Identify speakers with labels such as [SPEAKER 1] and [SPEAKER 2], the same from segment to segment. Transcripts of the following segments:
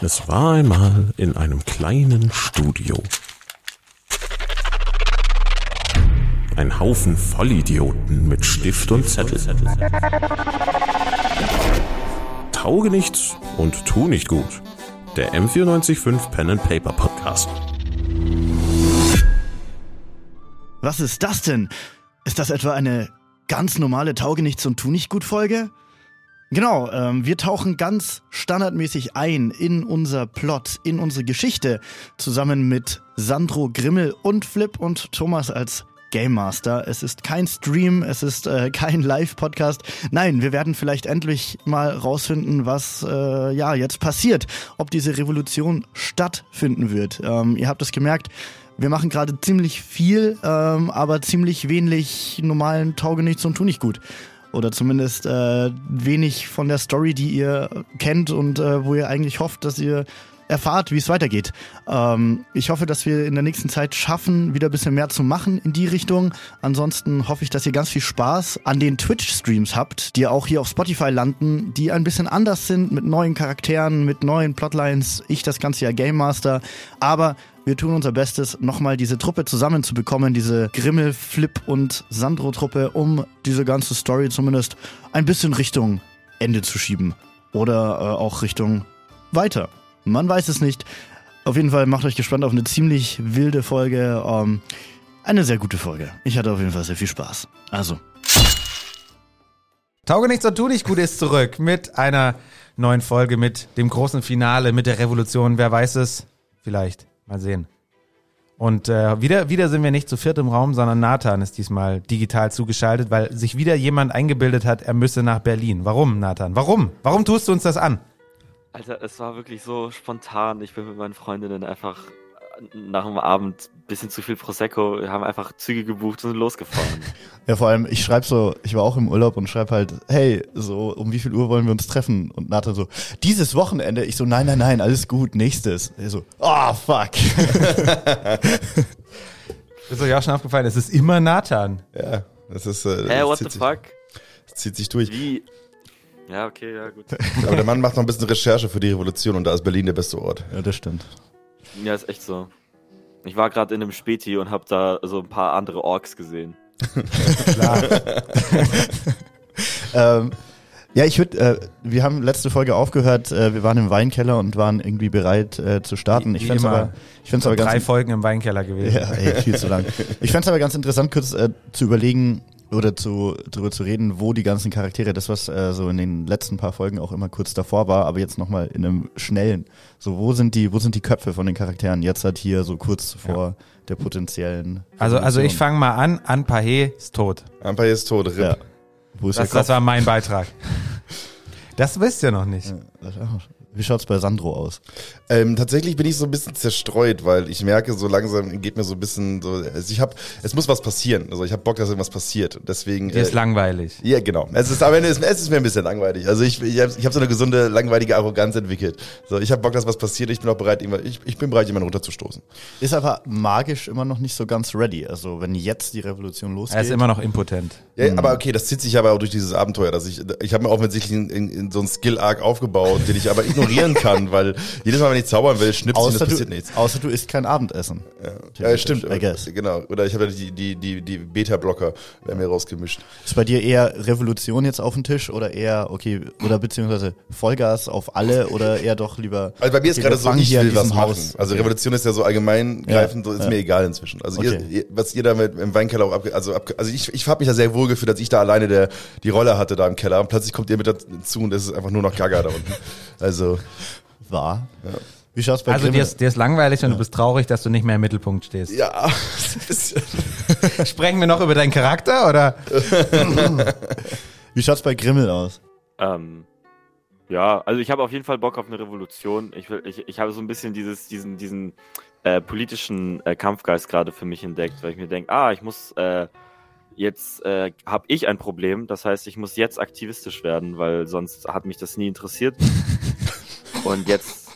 [SPEAKER 1] Es war einmal in einem kleinen Studio. Ein Haufen Vollidioten mit Stift und Zettel. Tauge nichts und tu nicht gut. Der M945 Pen and Paper Podcast.
[SPEAKER 2] Was ist das denn? Ist das etwa eine ganz normale Taugenichts- und Tunichtgut-Folge? Genau, ähm, wir tauchen ganz standardmäßig ein in unser Plot, in unsere Geschichte, zusammen mit Sandro Grimmel und Flip und Thomas als Game Master. Es ist kein Stream, es ist äh, kein Live-Podcast. Nein, wir werden vielleicht endlich mal rausfinden, was äh, ja jetzt passiert, ob diese Revolution stattfinden wird. Ähm, ihr habt es gemerkt, wir machen gerade ziemlich viel, ähm, aber ziemlich wenig normalen Taugenichts und Tunichtgut. Oder zumindest äh, wenig von der Story, die ihr kennt und äh, wo ihr eigentlich hofft, dass ihr erfahrt, wie es weitergeht. Ähm, ich hoffe, dass wir in der nächsten Zeit schaffen, wieder ein bisschen mehr zu machen in die Richtung. Ansonsten hoffe ich, dass ihr ganz viel Spaß an den Twitch-Streams habt, die auch hier auf Spotify landen, die ein bisschen anders sind, mit neuen Charakteren, mit neuen Plotlines. Ich das ganze Jahr Game Master. Aber wir tun unser Bestes, nochmal diese Truppe zusammenzubekommen, diese Grimmel, Flip und Sandro-Truppe, um diese ganze Story zumindest ein bisschen Richtung Ende zu schieben. Oder äh, auch Richtung weiter. Man weiß es nicht. Auf jeden Fall macht euch gespannt auf eine ziemlich wilde Folge. Ähm, eine sehr gute Folge. Ich hatte auf jeden Fall sehr viel Spaß. Also,
[SPEAKER 3] Tauge nichts und tu dich gut ist zurück mit einer neuen Folge, mit dem großen Finale, mit der Revolution. Wer weiß es? Vielleicht. Mal sehen. Und äh, wieder, wieder sind wir nicht zu viert im Raum, sondern Nathan ist diesmal digital zugeschaltet, weil sich wieder jemand eingebildet hat, er müsse nach Berlin. Warum, Nathan? Warum? Warum tust du uns das an?
[SPEAKER 4] Alter, es war wirklich so spontan. Ich bin mit meinen Freundinnen einfach äh, nach dem Abend ein bisschen zu viel Prosecco, wir haben einfach Züge gebucht und sind losgefahren.
[SPEAKER 2] ja, vor allem, ich schreibe so, ich war auch im Urlaub und schreibe halt, hey, so, um wie viel Uhr wollen wir uns treffen? Und Nathan so, dieses Wochenende. Ich so, nein, nein, nein, alles gut, nächstes. Er so, ah, fuck.
[SPEAKER 3] Ist euch auch schon aufgefallen, es ist immer Nathan.
[SPEAKER 5] Ja, das ist. Äh,
[SPEAKER 4] Hä,
[SPEAKER 5] das
[SPEAKER 4] what the
[SPEAKER 5] zieht sich,
[SPEAKER 4] fuck?
[SPEAKER 5] das zieht sich durch.
[SPEAKER 4] Wie? Ja, okay, ja, gut.
[SPEAKER 5] Aber der Mann macht noch ein bisschen Recherche für die Revolution und da ist Berlin der beste Ort.
[SPEAKER 2] ja, das stimmt.
[SPEAKER 4] Ja, ist echt so. Ich war gerade in einem Späti und habe da so ein paar andere Orks gesehen.
[SPEAKER 2] Ähm, ja, ich würde, äh, wir haben letzte Folge aufgehört, äh, wir waren im Weinkeller und waren irgendwie bereit äh, zu starten.
[SPEAKER 3] Wie-
[SPEAKER 2] Ich
[SPEAKER 3] wie
[SPEAKER 2] fände es
[SPEAKER 3] immer.
[SPEAKER 2] aber, ich find's aber
[SPEAKER 3] Drei
[SPEAKER 2] ganz
[SPEAKER 3] Folgen im Weinkeller gewesen.
[SPEAKER 2] Ja, ey, viel zu lang. Ich fänd's aber ganz interessant, kurz äh, zu überlegen oder zu, drüber zu reden, wo die ganzen Charaktere, das was äh, so in den letzten paar Folgen auch immer kurz davor war, aber jetzt nochmal in einem schnellen. So, wo sind die, wo sind die Köpfe von den Charakteren? Jetzt halt hier so kurz vor der potenziellen.
[SPEAKER 3] Also, also ich
[SPEAKER 2] Revolution.
[SPEAKER 3] fange mal an. An Pahe ist tot.
[SPEAKER 5] Ampere ist tot, RIP.
[SPEAKER 2] Ja. Wo ist
[SPEAKER 3] Das,
[SPEAKER 2] der
[SPEAKER 3] das
[SPEAKER 2] Kopf?
[SPEAKER 3] war mein Beitrag. Das wisst ihr noch nicht.
[SPEAKER 2] Ah, Wie schaut's bei Sandro aus?
[SPEAKER 5] Ähm, tatsächlich bin ich so ein bisschen zerstreut, weil ich merke, so langsam geht mir so ein bisschen so. Also ich hab, es muss was passieren. Also ich habe Bock, dass irgendwas passiert. Und Deswegen.
[SPEAKER 3] Dir ist
[SPEAKER 5] äh,
[SPEAKER 3] langweilig.
[SPEAKER 5] ja, genau. Es ist, am Ende ist, es ist mir ein bisschen langweilig. Also ich, ich habe ich hab so eine gesunde, langweilige Arroganz entwickelt. So, ich habe Bock, dass was passiert. Ich bin auch bereit, immer, ich, ich bin bereit, jemanden runterzustoßen.
[SPEAKER 2] Ist aber magisch immer noch nicht so ganz ready. Also wenn jetzt die Revolution losgeht.
[SPEAKER 3] Er ist immer noch impotent.
[SPEAKER 5] Ja,
[SPEAKER 2] Hm.
[SPEAKER 5] aber okay, das zieht sich aber auch durch dieses Abenteuer, dass ich, ich habe mir offensichtlich in, in, in so einen Skill-Arc aufgebaut, den ich aber ignorieren kann, weil jedes Mal, wenn ich zaubern will, schnippst und es
[SPEAKER 2] außer, du,
[SPEAKER 5] passiert nichts.
[SPEAKER 2] außer du isst kein Abendessen.
[SPEAKER 5] Ja, stimmt.
[SPEAKER 2] I guess.
[SPEAKER 5] Genau. Oder ich habe die, die, die, die Beta-Blocker werden mir rausgemischt.
[SPEAKER 2] Ist bei dir eher Revolution jetzt auf den Tisch oder eher, okay, oder beziehungsweise Vollgas auf alle oder eher doch lieber.
[SPEAKER 5] Also bei mir ist
[SPEAKER 2] okay,
[SPEAKER 5] gerade
[SPEAKER 2] wir
[SPEAKER 5] so,
[SPEAKER 2] fangen
[SPEAKER 5] ich
[SPEAKER 2] hier an
[SPEAKER 5] will was
[SPEAKER 2] diesem
[SPEAKER 5] machen. Also Revolution ist ja so allgemein
[SPEAKER 2] Ja,
[SPEAKER 5] greifend, so ist
[SPEAKER 2] ja.
[SPEAKER 5] mir egal inzwischen. Also
[SPEAKER 2] Okay.
[SPEAKER 5] ihr, ihr, was ihr da mit, im Weinkeller auch abge, also, abge, also ich, ich habe mich da sehr wohl gefühlt, als ich da alleine der, die Rolle hatte da im Keller und plötzlich kommt ihr mit dazu und es ist einfach nur noch Gaga da unten. Also,
[SPEAKER 2] War. Wie schaut's bei
[SPEAKER 3] Also
[SPEAKER 2] Grimmel-
[SPEAKER 3] dir ist, dir ist langweilig und du bist traurig, dass du nicht mehr im Mittelpunkt stehst.
[SPEAKER 5] ja, ein bisschen.
[SPEAKER 3] Sprechen wir noch über deinen Charakter oder?
[SPEAKER 2] Wie schaut's bei Grimmel aus?
[SPEAKER 4] Ähm, ja, also ich habe auf jeden Fall Bock auf eine Revolution. Ich, will, ich, ich habe so ein bisschen dieses, diesen, diesen äh, politischen äh, Kampfgeist gerade für mich entdeckt, weil ich mir denke, ah, ich muss äh, jetzt äh, habe ich ein Problem. Das heißt, ich muss jetzt aktivistisch werden, weil sonst hat mich das nie interessiert. Und jetzt,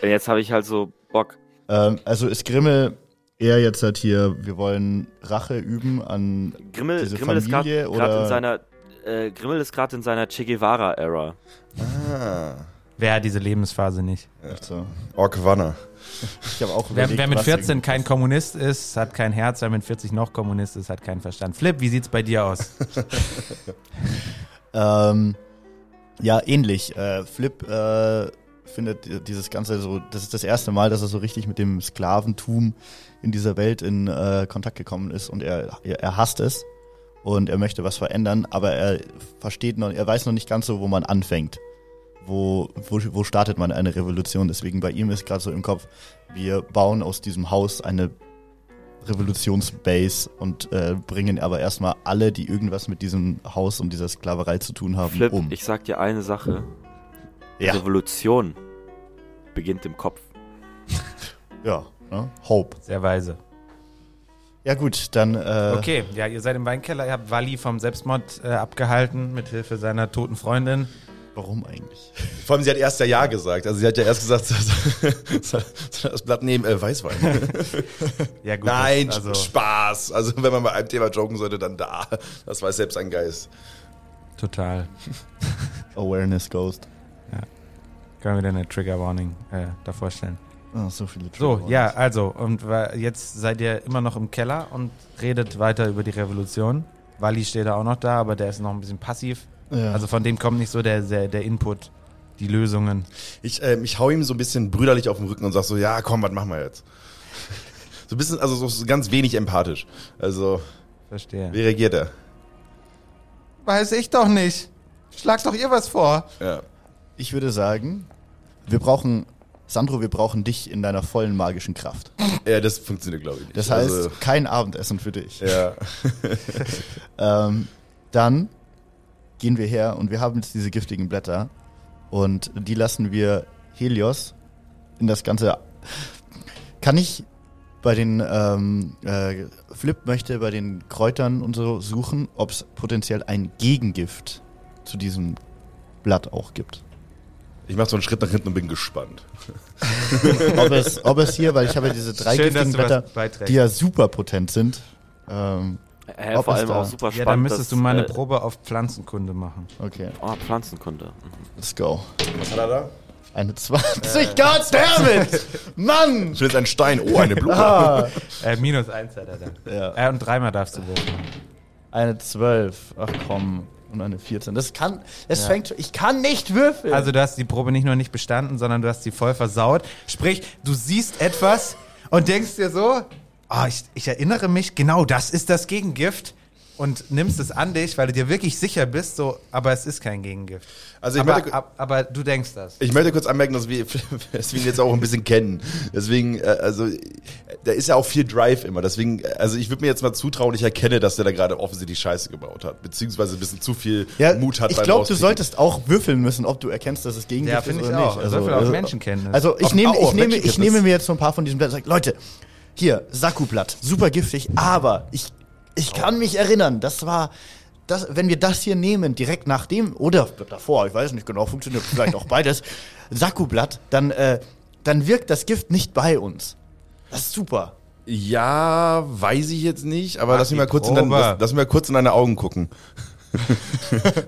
[SPEAKER 4] jetzt habe ich halt so Bock.
[SPEAKER 2] Ähm, also ist Grimmel eher jetzt halt hier, wir wollen Rache üben an.
[SPEAKER 4] Grimmel,
[SPEAKER 2] Diese
[SPEAKER 4] Grimmel ist
[SPEAKER 2] Familie
[SPEAKER 4] gerade
[SPEAKER 2] oder-
[SPEAKER 4] in seiner äh, Grimmel ist gerade in seiner Che Guevara-Ära.
[SPEAKER 5] Ah.
[SPEAKER 3] Wer hat diese Lebensphase nicht?
[SPEAKER 6] So.
[SPEAKER 5] Orkwanner.
[SPEAKER 6] Ich habe auch
[SPEAKER 3] Wer,
[SPEAKER 6] überlegt,
[SPEAKER 3] wer mit
[SPEAKER 6] was-
[SPEAKER 3] 14 kein Kommunist ist, hat kein Herz. Wer mit 40 noch Kommunist ist, hat keinen Verstand. Flip, wie sieht's bei dir aus?
[SPEAKER 6] Ähm, ja, ähnlich. Äh, Flip äh, findet äh, dieses Ganze so, das ist das erste Mal, dass er so richtig mit dem Sklaventum in dieser Welt in äh, Kontakt gekommen ist und er, er, er hasst es und er möchte was verändern, aber er versteht noch, er weiß noch nicht ganz so, wo man anfängt. Wo, wo, wo startet man eine Revolution? Deswegen bei ihm ist gerade so im Kopf, wir bauen aus diesem Haus eine Revolutionsbase und äh, bringen aber erstmal alle, die irgendwas mit diesem Haus und dieser Sklaverei zu tun haben,
[SPEAKER 4] Flip,
[SPEAKER 6] um.
[SPEAKER 4] ich also sag dir eine Sache.
[SPEAKER 6] ja,
[SPEAKER 4] Revolution beginnt im Kopf.
[SPEAKER 6] ja ne? Hope.
[SPEAKER 3] Sehr weise.
[SPEAKER 6] Ja gut, dann äh,
[SPEAKER 3] Okay, ja, ihr seid im Weinkeller. Ihr habt Wally vom Selbstmord äh, abgehalten, mithilfe seiner toten Freundin.
[SPEAKER 6] warum eigentlich?
[SPEAKER 5] Vor allem, sie hat erst ja Ja gesagt. Also sie hat ja erst gesagt, das Blatt nehmen, äh, Weißwein.
[SPEAKER 3] Ja, gut.
[SPEAKER 5] Nein,
[SPEAKER 3] das- also
[SPEAKER 5] Spaß. Also wenn man bei einem Thema joken sollte, dann da. Das weiß selbst ein Geist.
[SPEAKER 3] total.
[SPEAKER 6] Awareness Ghost.
[SPEAKER 3] Können wir dir eine Trigger Warning äh, davor stellen.
[SPEAKER 6] Ah, so viele
[SPEAKER 3] So,
[SPEAKER 6] Trigger-Warnings.
[SPEAKER 3] ja, also, und wa- jetzt seid ihr immer noch im Keller und redet weiter über die Revolution. Wally steht da auch noch da, aber der ist noch ein bisschen passiv.
[SPEAKER 6] Ja.
[SPEAKER 3] Also von dem kommt nicht so der, der, der Input, die Lösungen.
[SPEAKER 5] Ich, ähm, ich hau ihm so ein bisschen brüderlich auf den Rücken und sag so, ja, komm, was machen wir jetzt? So ein bisschen, also so- so ganz wenig empathisch. Also,
[SPEAKER 3] Verstehe.
[SPEAKER 5] wie reagiert er?
[SPEAKER 3] Weiß ich doch nicht. Schlag doch ihr was vor.
[SPEAKER 5] Ja.
[SPEAKER 6] Ich würde sagen, wir brauchen Sandro, wir brauchen dich in deiner vollen magischen Kraft.
[SPEAKER 5] ja, das funktioniert, glaube ich, nicht.
[SPEAKER 6] Das heißt,
[SPEAKER 5] Also,
[SPEAKER 6] kein Abendessen für dich.
[SPEAKER 5] ja.
[SPEAKER 6] Ähm, dann gehen wir her und wir haben jetzt diese giftigen Blätter und die lassen wir Helios in das Ganze. Kann ich bei den ähm, äh, Flip möchte bei den Kräutern und so suchen, ob es potenziell ein Gegengift zu diesem Blatt auch gibt.
[SPEAKER 5] Ich mache so einen Schritt nach hinten und bin gespannt.
[SPEAKER 6] Ob es, ob es hier, weil ich habe ja diese drei
[SPEAKER 3] Schön, dass
[SPEAKER 6] giftigen
[SPEAKER 3] du was
[SPEAKER 6] Blätter,
[SPEAKER 3] beiträgst.
[SPEAKER 6] die ja super potent sind. Ähm,
[SPEAKER 4] Äh,
[SPEAKER 6] Ob
[SPEAKER 4] vor
[SPEAKER 6] es
[SPEAKER 4] allem
[SPEAKER 6] da-
[SPEAKER 4] auch super spannend.
[SPEAKER 3] Ja, dann müsstest
[SPEAKER 4] dass,
[SPEAKER 3] du mal eine
[SPEAKER 4] äh,
[SPEAKER 3] Probe auf Pflanzenkunde machen.
[SPEAKER 6] okay,
[SPEAKER 4] Oh, Pflanzenkunde.
[SPEAKER 6] let's go.
[SPEAKER 5] Was hat er da?
[SPEAKER 6] Eine 20, God damn it! Mann! Ah.
[SPEAKER 5] Ich will jetzt einen Stein. Oh, eine Blume.
[SPEAKER 3] Äh, minus eins hat er da.
[SPEAKER 6] Ja.
[SPEAKER 3] Äh, und dreimal darfst du würfeln.
[SPEAKER 6] Eine 12. Ach komm. Und eine 14. Das kann. Es fängt. Ich kann nicht würfeln.
[SPEAKER 3] Also du hast die Probe nicht nur nicht bestanden, sondern du hast sie voll versaut. Sprich, du siehst etwas und denkst dir so, ah, ich, ich erinnere mich, genau das ist das Gegengift. Und nimmst es an dich, weil du dir wirklich sicher bist, so, aber es ist kein Gegengift.
[SPEAKER 5] Also ich
[SPEAKER 3] aber,
[SPEAKER 5] möchte-
[SPEAKER 3] ab, aber du denkst das.
[SPEAKER 5] Ich möchte kurz anmerken, dass wir deswegen jetzt auch ein bisschen kennen. Deswegen, äh, also, äh, da ist ja auch viel Drive immer. Deswegen, äh, also ich würde mir jetzt mal zutrauen, ich erkenne, dass der da gerade offensichtlich Scheiße gebaut hat. Beziehungsweise ein bisschen zu viel
[SPEAKER 6] ja,
[SPEAKER 5] Mut hat
[SPEAKER 6] ich
[SPEAKER 5] beim
[SPEAKER 6] glaube, du
[SPEAKER 5] Rausziehen.
[SPEAKER 6] solltest auch würfeln müssen, ob du erkennst, dass es gegen
[SPEAKER 3] Ja,
[SPEAKER 6] dich ist
[SPEAKER 3] finde ich
[SPEAKER 6] oder
[SPEAKER 3] auch.
[SPEAKER 6] nicht.
[SPEAKER 3] Würfel auf Menschenkenntnis.
[SPEAKER 6] Also ich
[SPEAKER 5] Auf-
[SPEAKER 6] nehme,
[SPEAKER 5] oh,
[SPEAKER 6] ich
[SPEAKER 5] auf
[SPEAKER 6] nehme, ich
[SPEAKER 5] Menschenkenntnis.
[SPEAKER 6] nehme mir jetzt so ein paar von diesen Blättern. Sag, Leute, hier Sakublatt, super giftig, aber ich, ich kann mich erinnern, das war. Das, wenn wir das hier nehmen, direkt nach dem oder davor, ich weiß nicht genau, funktioniert vielleicht auch beides, Sakublatt, dann, äh, dann wirkt das Gift nicht bei uns. Das ist super.
[SPEAKER 5] Ja, weiß ich jetzt nicht, aber
[SPEAKER 3] Mach
[SPEAKER 5] lass mich, mal
[SPEAKER 3] die
[SPEAKER 5] kurz in dein,
[SPEAKER 3] Probe.
[SPEAKER 5] lass, lass mich mal kurz in deine Augen gucken.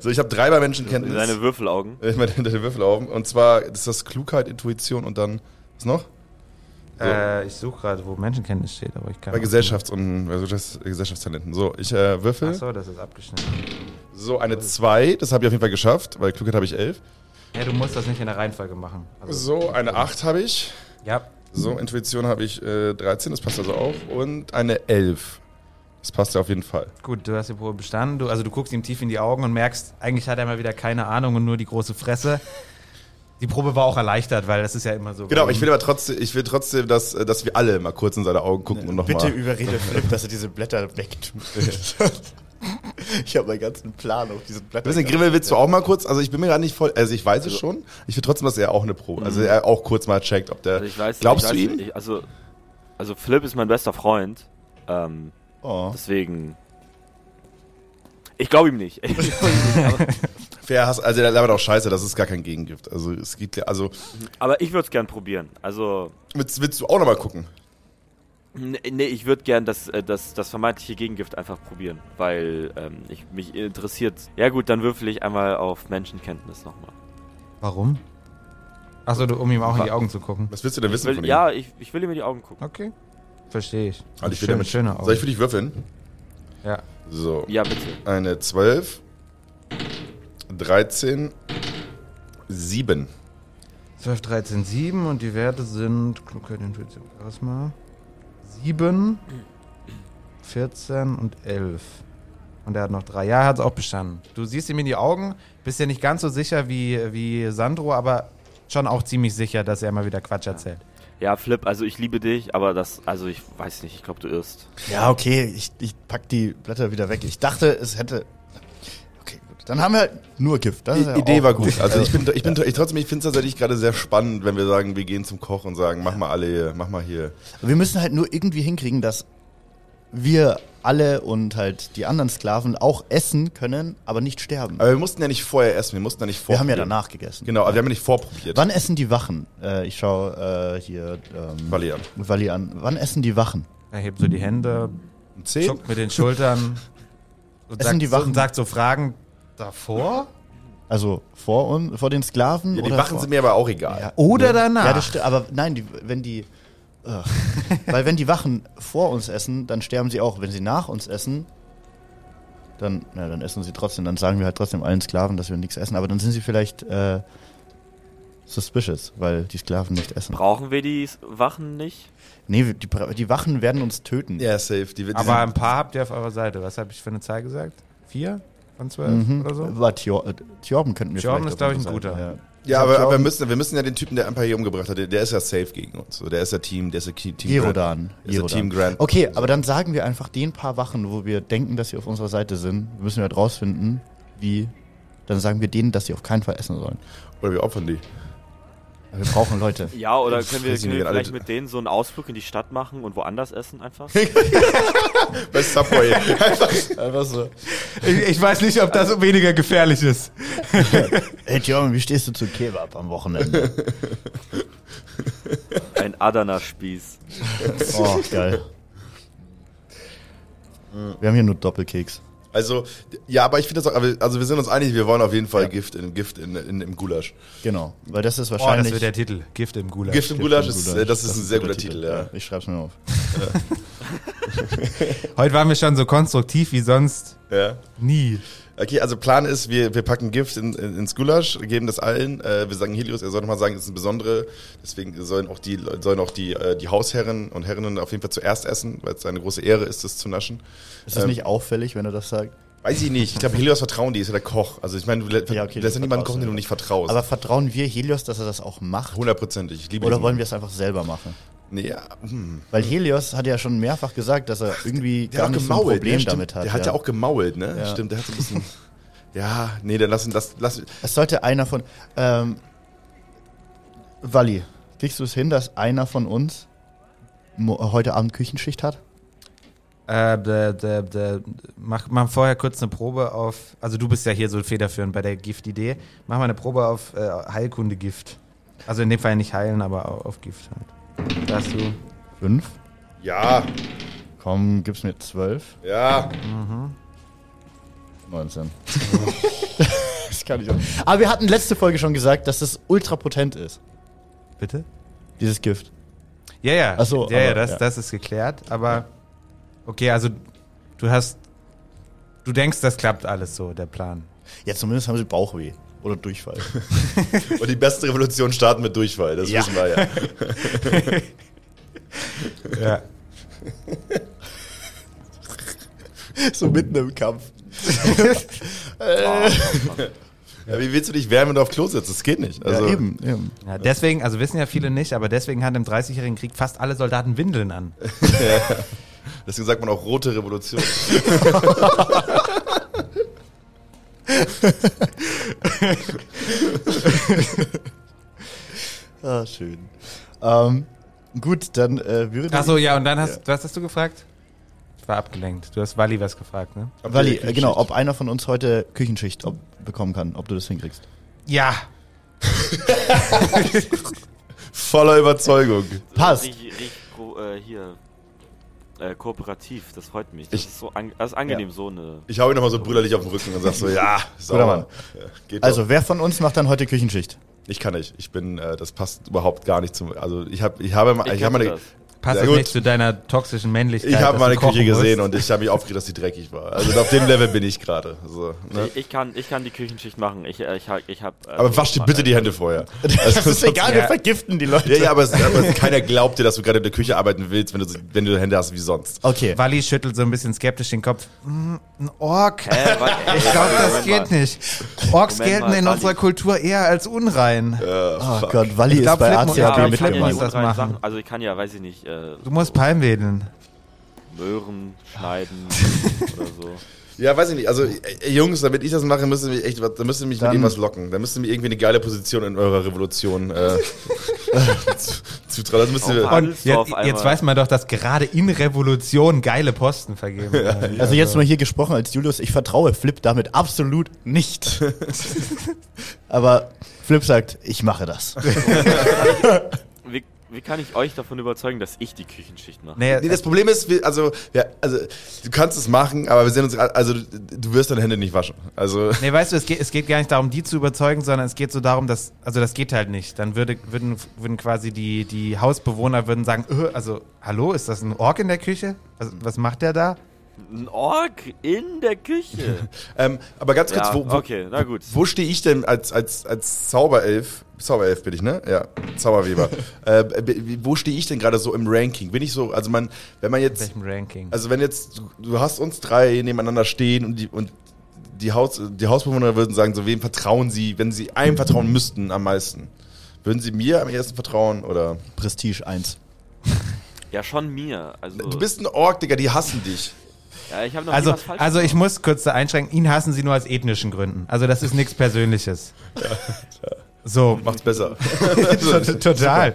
[SPEAKER 5] so, ich habe drei bei Menschenkenntnis.
[SPEAKER 4] Seine Würfelaugen.
[SPEAKER 5] ich meine, hinter den Würfel auf. Und zwar ist das Klugheit, Intuition und dann, was noch?
[SPEAKER 3] Äh, ich suche gerade, wo Menschenkenntnis steht, aber ich kann.
[SPEAKER 5] Bei Gesellschafts- und also Gesellschafts- Gesellschaftstalenten. So, ich äh, würfel.
[SPEAKER 3] Achso, das ist abgeschnitten.
[SPEAKER 5] So, eine 2, das habe ich auf jeden Fall geschafft, weil Klugheit habe ich 11.
[SPEAKER 3] Ja, du musst das nicht in der Reihenfolge machen. Also,
[SPEAKER 5] So, eine 8 habe ich.
[SPEAKER 3] ja,
[SPEAKER 5] So, Intuition habe ich äh, 13, das passt also auch. Und eine 11. Das passt ja auf jeden Fall.
[SPEAKER 3] Gut, du hast die Probe bestanden. Du, also du guckst ihm tief in die Augen und merkst, eigentlich hat er mal wieder keine Ahnung und nur die große Fresse. Die Probe war auch erleichtert, weil das ist ja immer so.
[SPEAKER 5] Genau, ich will aber trotzdem, ich will trotzdem, dass, äh, dass wir alle mal kurz in seine Augen gucken und
[SPEAKER 6] Bitte
[SPEAKER 5] nochmal.
[SPEAKER 6] überrede Philipp, dass er diese Blätter wegtut. ich habe meinen ganzen Plan auf diesen Blätter.
[SPEAKER 5] Ein bisschen Grimmel willst du auch mal kurz, also ich bin mir gerade nicht voll, also ich weiß es schon. Ich will trotzdem, dass er auch eine Probe, also er auch kurz mal checkt, ob der.
[SPEAKER 4] Mhm. Also ich weiß,
[SPEAKER 5] Äh, glaubst
[SPEAKER 4] ich weiß,
[SPEAKER 5] du ihm?
[SPEAKER 4] Ich, also, also Flip ist mein bester Freund. Ähm,
[SPEAKER 6] oh.
[SPEAKER 4] deswegen. Ich glaube ihm nicht. Ich glaub ihm nicht aber,
[SPEAKER 5] Fair hast, also der labert auch scheiße, das ist gar kein Gegengift. Also es geht, also
[SPEAKER 4] aber ich würde es gern probieren. Also,
[SPEAKER 5] willst, willst du auch nochmal gucken?
[SPEAKER 4] n- nee, ich würde gern das, äh, das, das vermeintliche Gegengift einfach probieren, weil ähm, ich, mich interessiert. Ja, gut, dann würfel ich einmal auf Menschenkenntnis nochmal.
[SPEAKER 3] Warum? Achso, du- um ihm auch in die Augen zu gucken.
[SPEAKER 5] Was willst du denn wissen von
[SPEAKER 4] Will,
[SPEAKER 5] ihm?
[SPEAKER 4] ja, ich, ich will ihm in die Augen gucken.
[SPEAKER 3] Okay. Verstehe ich.
[SPEAKER 5] Halt, ich will
[SPEAKER 3] Schön,
[SPEAKER 5] damit-
[SPEAKER 3] schöne Augen.
[SPEAKER 5] Soll ich für dich würfeln?
[SPEAKER 3] ja.
[SPEAKER 5] So.
[SPEAKER 4] Ja, bitte.
[SPEAKER 5] Eine 12, 13, 7.
[SPEAKER 3] 12, 13, 7 und die Werte sind Klugheit, Intuition, Charisma. 7, 14 und 11. Und er hat noch drei. Ja, er hat es auch bestanden. Du siehst ihm in die Augen, bist ja nicht ganz so sicher wie, wie Sandro, aber schon auch ziemlich sicher, dass er mal wieder Quatsch erzählt.
[SPEAKER 4] Ja, Flip, also ich liebe dich, aber das, also ich weiß nicht, ich glaube, du irrst.
[SPEAKER 6] Ja, okay, ich, ich pack die Blätter wieder weg. Ich dachte, es hätte. Okay, gut. Dann haben wir halt nur Gift. Das ist ja
[SPEAKER 5] Die Idee
[SPEAKER 6] auch
[SPEAKER 5] war gut. Also ich bin, ich bin ich trotzdem, ich finde es tatsächlich gerade sehr spannend, wenn wir sagen, wir gehen zum Koch und sagen, mach mal alle, hier, mach mal hier.
[SPEAKER 6] Wir müssen halt nur irgendwie hinkriegen, dass wir alle und halt die anderen Sklaven auch essen können, aber nicht sterben.
[SPEAKER 5] Aber wir mussten ja nicht vorher essen, wir mussten ja nicht
[SPEAKER 6] wir haben
[SPEAKER 5] vorprobieren.
[SPEAKER 6] ja danach gegessen.
[SPEAKER 5] Genau, aber wir haben ja nicht vorprobiert.
[SPEAKER 6] Wann essen die Wachen? Äh, ich schaue äh, hier ähm,
[SPEAKER 5] Wally an.
[SPEAKER 6] Wally an. Wann essen die Wachen?
[SPEAKER 3] Er hebt so die Hände,
[SPEAKER 5] Um 10?
[SPEAKER 3] zuckt mit den Schultern und,
[SPEAKER 6] Es
[SPEAKER 3] sagt,
[SPEAKER 6] sind die
[SPEAKER 3] so-
[SPEAKER 6] Wachen.
[SPEAKER 3] und sagt so Fragen davor
[SPEAKER 6] Also vor uns, vor den Sklaven?
[SPEAKER 5] Ja, die
[SPEAKER 6] oder
[SPEAKER 5] Wachen
[SPEAKER 6] vor?
[SPEAKER 5] sind mir aber auch egal.
[SPEAKER 6] Ja,
[SPEAKER 3] oder danach.
[SPEAKER 6] Ja, das stimmt, aber nein, die, wenn die. Ugh. Weil wenn die Wachen vor uns essen, dann sterben sie auch. Wenn sie nach uns essen, dann, na, dann essen sie trotzdem. Dann sagen wir halt trotzdem allen Sklaven, dass wir nichts essen. Aber dann sind sie vielleicht äh, suspicious, weil die Sklaven nicht essen.
[SPEAKER 4] Brauchen wir die Wachen nicht?
[SPEAKER 6] Nee, die, die Wachen werden uns töten.
[SPEAKER 5] Ja, safe. Die, die
[SPEAKER 3] aber ein paar habt ihr auf eurer Seite. Was habe ich für eine Zahl gesagt? Vier von zwölf oder so?
[SPEAKER 6] Aber Thio- äh, Thorben könnten wir
[SPEAKER 3] Thorben
[SPEAKER 6] vielleicht
[SPEAKER 3] ist, glaub
[SPEAKER 6] auf
[SPEAKER 3] ich, ein
[SPEAKER 6] unserer Seite,
[SPEAKER 3] guter.
[SPEAKER 5] ja,
[SPEAKER 6] Ich
[SPEAKER 5] aber,
[SPEAKER 6] hab
[SPEAKER 5] aber wir,
[SPEAKER 6] Jordan-
[SPEAKER 5] müssen, wir müssen ja den Typen, der Empire hier umgebracht hat, der der ist ja safe gegen uns. So, Der ist ja Team, der ist ja Ki- Team
[SPEAKER 6] Jerodan.
[SPEAKER 5] Ist ja Team Grant.
[SPEAKER 6] Okay, aber dann sagen wir einfach den paar Wachen, wo wir denken, dass sie auf unserer Seite sind, müssen wir halt rausfinden, wie. Dann sagen wir denen, dass sie auf keinen Fall essen sollen.
[SPEAKER 5] Oder wir opfern die.
[SPEAKER 6] Aber Wir brauchen Leute.
[SPEAKER 4] Ja, oder können wir,
[SPEAKER 5] weiß nicht,
[SPEAKER 4] können wir
[SPEAKER 5] wir alle-
[SPEAKER 4] vielleicht mit denen so einen Ausflug in die Stadt machen und woanders essen einfach?
[SPEAKER 5] Bei Subway.
[SPEAKER 6] Einfach so.
[SPEAKER 3] Ich, ich weiß nicht, ob das weniger gefährlich ist.
[SPEAKER 6] Hey Jordan, wie stehst du zu Kebab am Wochenende?
[SPEAKER 4] Ein Adana-Spieß.
[SPEAKER 6] Oh, geil. Wir haben hier nur Doppelkeks.
[SPEAKER 5] also, ja, aber ich finde das auch, aber- also wir sind uns einig, wir wollen auf jeden Fall
[SPEAKER 6] Ja.
[SPEAKER 5] Gift, in, Gift in, in, im Gulasch.
[SPEAKER 6] Genau, weil das ist
[SPEAKER 3] Oh, das
[SPEAKER 6] wahrscheinlich.
[SPEAKER 3] wird der Titel. Gift im Gulasch.
[SPEAKER 5] Gift im Gulasch, ist,
[SPEAKER 6] Gulasch.
[SPEAKER 5] äh, das ist ein sehr guter
[SPEAKER 6] guter
[SPEAKER 5] Titel, ja.
[SPEAKER 6] Ich schreib's mir auf.
[SPEAKER 3] Heute waren wir schon so konstruktiv wie sonst
[SPEAKER 5] ja.
[SPEAKER 3] nie.
[SPEAKER 5] Okay, also Plan ist, wir, wir packen Gift in, in, ins Gulasch, geben das allen. Äh, wir sagen Helios, er soll nochmal sagen, es ist ein besondere. Deswegen sollen auch die sollen auch die, äh, die Hausherren und Herrinnen auf jeden Fall zuerst essen, weil es eine große Ehre ist, das zu naschen.
[SPEAKER 6] Ist das
[SPEAKER 5] Ähm,
[SPEAKER 6] nicht auffällig, wenn er das sagt?
[SPEAKER 5] Weiß ich nicht. Ich glaube, Helios vertrauen die, ist ja der Koch. Also ich meine, du lä-
[SPEAKER 6] Ja, okay,
[SPEAKER 5] lässt
[SPEAKER 6] du
[SPEAKER 5] ja niemanden
[SPEAKER 6] vertraust,
[SPEAKER 5] kochen, den du
[SPEAKER 6] ja.
[SPEAKER 5] nicht vertraust.
[SPEAKER 6] Aber vertrauen wir Helios, dass er das auch macht?
[SPEAKER 5] hundertprozentig. Ich liebe
[SPEAKER 6] Oder
[SPEAKER 5] diesen
[SPEAKER 6] wollen wir
[SPEAKER 5] Mann.
[SPEAKER 6] es einfach selber machen?
[SPEAKER 5] Nee, ja, hm.
[SPEAKER 6] Weil Helios hat ja schon mehrfach gesagt, dass er irgendwie
[SPEAKER 5] Der
[SPEAKER 6] gar
[SPEAKER 5] hat auch
[SPEAKER 6] nicht so ein
[SPEAKER 5] gemault.
[SPEAKER 6] Problem
[SPEAKER 5] ne? Stimmt.
[SPEAKER 6] damit hat.
[SPEAKER 5] Der hat ja. auch gemault, ne?
[SPEAKER 6] Ja.
[SPEAKER 5] Stimmt, der hat so ein bisschen. ja, nee, dann lass ihn, lass, lass,
[SPEAKER 6] Es sollte einer von. Ähm, Walli, kriegst du es hin, dass einer von uns mo- heute Abend Küchenschicht hat?
[SPEAKER 3] Äh, da, da, da, mach mal vorher kurz eine Probe auf. Also du bist ja hier so federführend bei der Giftidee. Mach mal eine Probe auf äh, Heilkunde-Gift. Also in dem Fall nicht heilen, aber au- auf Gift halt. Da hast du.
[SPEAKER 6] Fünf?
[SPEAKER 5] ja,
[SPEAKER 6] Komm, gib's mir zwölf.
[SPEAKER 5] ja.
[SPEAKER 6] 19. das kann ich auch. Aber wir hatten letzte Folge schon gesagt, dass das ultrapotent ist,
[SPEAKER 3] Bitte?
[SPEAKER 6] dieses Gift.
[SPEAKER 3] Ja, ja.
[SPEAKER 6] Ach so,
[SPEAKER 3] ja, ja,
[SPEAKER 6] aber,
[SPEAKER 3] das,
[SPEAKER 6] ja.
[SPEAKER 3] das ist geklärt. Aber okay, also du hast. Du denkst, das klappt alles so, der Plan.
[SPEAKER 6] Ja, zumindest haben sie Bauchweh oder Durchfall.
[SPEAKER 5] Und die beste Revolution starten mit Durchfall, das
[SPEAKER 6] Ja.
[SPEAKER 5] wissen wir ja.
[SPEAKER 3] Ja.
[SPEAKER 6] so mitten im Kampf.
[SPEAKER 3] Äh.
[SPEAKER 5] Ja, wie willst du dich wärmen und auf Klo sitzen? Das geht nicht. Also,
[SPEAKER 6] ja, eben, eben.
[SPEAKER 3] Ja, deswegen, also wissen ja viele nicht, aber deswegen hatten im 30-jährigen Krieg fast alle Soldaten Windeln an.
[SPEAKER 5] Deswegen sagt man auch rote Revolution.
[SPEAKER 6] Ah, schön. Ähm, gut, dann äh, würde
[SPEAKER 3] Achso, ja, und dann hast was hast du gefragt? Ich war abgelenkt. Du hast Wally was gefragt, ne?
[SPEAKER 5] Habt ihr
[SPEAKER 6] Wally,
[SPEAKER 5] Küchenschicht?
[SPEAKER 6] äh, genau, ob einer von uns heute Küchenschicht ob, bekommen kann, ob du das hinkriegst.
[SPEAKER 3] Ja.
[SPEAKER 5] Voller Überzeugung.
[SPEAKER 6] Passt.
[SPEAKER 4] Riech, riech, pro- äh, hier. Äh, kooperativ, das freut mich. Das ist so an, das ist angenehm,
[SPEAKER 6] Ja.
[SPEAKER 4] so eine.
[SPEAKER 5] Ich hau ihn nochmal so brüllerlich auf den Rücken und sag so, ja, sauber.
[SPEAKER 6] Mann.
[SPEAKER 5] Ja, geht
[SPEAKER 6] Also, wer von uns macht dann heute Küchenschicht?
[SPEAKER 5] Ich kann nicht. Ich bin, äh, das passt überhaupt gar nicht zum. Also ich habe, ich habe mal, ich, habe mal,
[SPEAKER 4] könnte
[SPEAKER 5] eine,
[SPEAKER 4] das.
[SPEAKER 3] Passt
[SPEAKER 5] Ja,
[SPEAKER 3] das
[SPEAKER 5] gut.
[SPEAKER 3] nicht zu deiner toxischen Männlichkeit?
[SPEAKER 5] ich habe
[SPEAKER 3] dass du
[SPEAKER 5] mal eine Küche
[SPEAKER 3] kochen musst?
[SPEAKER 5] gesehen und ich habe mich aufgeregt, dass die dreckig war. Also auf dem Level bin ich gerade. So, ne?
[SPEAKER 4] Ich, ich, kann, ich kann die Küchenschicht machen. Ich, äh, ich, hab- ich hab, äh,
[SPEAKER 5] Aber wasch dir bitte die Hände vorher. Also,
[SPEAKER 6] Das ist egal, wir
[SPEAKER 3] Ja.
[SPEAKER 6] vergiften die Leute.
[SPEAKER 5] Ja, ja, aber, es- aber es- keiner glaubt dir, dass du gerade in der Küche arbeiten willst, wenn du, so- wenn du Hände hast wie sonst.
[SPEAKER 6] Okay.
[SPEAKER 3] Wally schüttelt so ein bisschen skeptisch den Kopf. Hm, ein Ork.
[SPEAKER 4] Äh, wa-
[SPEAKER 3] Ich
[SPEAKER 4] äh,
[SPEAKER 3] glaube, das
[SPEAKER 4] Moment
[SPEAKER 3] geht
[SPEAKER 4] mal.
[SPEAKER 3] nicht. Orks
[SPEAKER 4] Moment
[SPEAKER 3] gelten
[SPEAKER 4] mal,
[SPEAKER 3] in
[SPEAKER 4] Wally.
[SPEAKER 3] unserer Kultur eher als unrein.
[SPEAKER 5] Äh,
[SPEAKER 6] Oh Gott, Walli
[SPEAKER 3] Ich glaub,
[SPEAKER 6] ist bei
[SPEAKER 3] Flip- ja,
[SPEAKER 4] aber
[SPEAKER 3] aber
[SPEAKER 6] ACAB
[SPEAKER 4] ich kann ja
[SPEAKER 3] Flipmon-
[SPEAKER 4] die
[SPEAKER 6] mitgemacht.
[SPEAKER 3] das
[SPEAKER 4] unreinen
[SPEAKER 3] machen.
[SPEAKER 4] Sachen- Also ich kann ja, weiß ich nicht, äh,
[SPEAKER 3] Du musst Palm wedeln.
[SPEAKER 4] Möhren schneiden oder so.
[SPEAKER 5] Ja, weiß ich nicht. Also, äh, Jungs, damit ich das mache, müssen wir echt, was- da müssen wir mich
[SPEAKER 6] Dann-
[SPEAKER 5] mit irgendwas locken. Da müssen wir irgendwie eine geile Position in eurer Revolution äh, zu- zutrauen. Das müssen wir.
[SPEAKER 4] Mann.
[SPEAKER 3] Und
[SPEAKER 4] Handelst du auf
[SPEAKER 3] jetzt,
[SPEAKER 4] einmal?
[SPEAKER 3] jetzt weiß man doch, dass gerade in Revolution geile Posten vergeben werden.
[SPEAKER 6] Also jetzt mal hier gesprochen als Julius, ich vertraue Flip damit absolut nicht. aber Flip sagt, ich mache das.
[SPEAKER 4] Wie, wie kann ich euch davon überzeugen, dass ich die Küchenschicht mache?
[SPEAKER 3] Nee,
[SPEAKER 5] Nee, das Problem ist, wir, also, ja, also, du kannst es machen, aber wir sind uns, also, du, du wirst deine Hände nicht waschen. Also,
[SPEAKER 3] nee, weißt du, es geht, es geht gar nicht darum, die zu überzeugen, sondern es geht so darum, dass, also das geht halt nicht. Dann würde, würden, würden quasi die, die Hausbewohner würden sagen, "Äh, also, hallo, ist das ein Ork in der Küche? Was, was macht der da?
[SPEAKER 4] Ein Ork in der Küche.
[SPEAKER 5] ähm, aber ganz kurz,
[SPEAKER 4] ja,
[SPEAKER 5] wo, wo,
[SPEAKER 4] okay, na gut.
[SPEAKER 5] Wo stehe ich denn als, als, als Zauberelf? Zauberelf bin ich, ne? Ja, Zauberweber. äh, b- wo stehe ich denn gerade so im Ranking? Bin ich so, also man, wenn man
[SPEAKER 3] In
[SPEAKER 5] jetzt,
[SPEAKER 3] welchem Ranking?
[SPEAKER 5] also wenn jetzt, du, du hast uns drei nebeneinander stehen und die, und die, Haus, die Hausbewohner würden sagen, so wem vertrauen sie, wenn sie einem vertrauen müssten am meisten? Würden sie mir am ersten vertrauen oder?
[SPEAKER 6] Prestige 1.
[SPEAKER 4] Ja, schon mir. Also,
[SPEAKER 5] Du bist ein Ork, Digga, die hassen dich.
[SPEAKER 4] ja, ich habe noch nie
[SPEAKER 3] Also,
[SPEAKER 4] was falsch
[SPEAKER 3] also ich
[SPEAKER 4] gemacht.
[SPEAKER 3] muss kurz da einschränken, ihn hassen sie nur aus ethnischen Gründen. Also das ist nichts Persönliches. So,
[SPEAKER 5] Macht's besser.
[SPEAKER 3] total.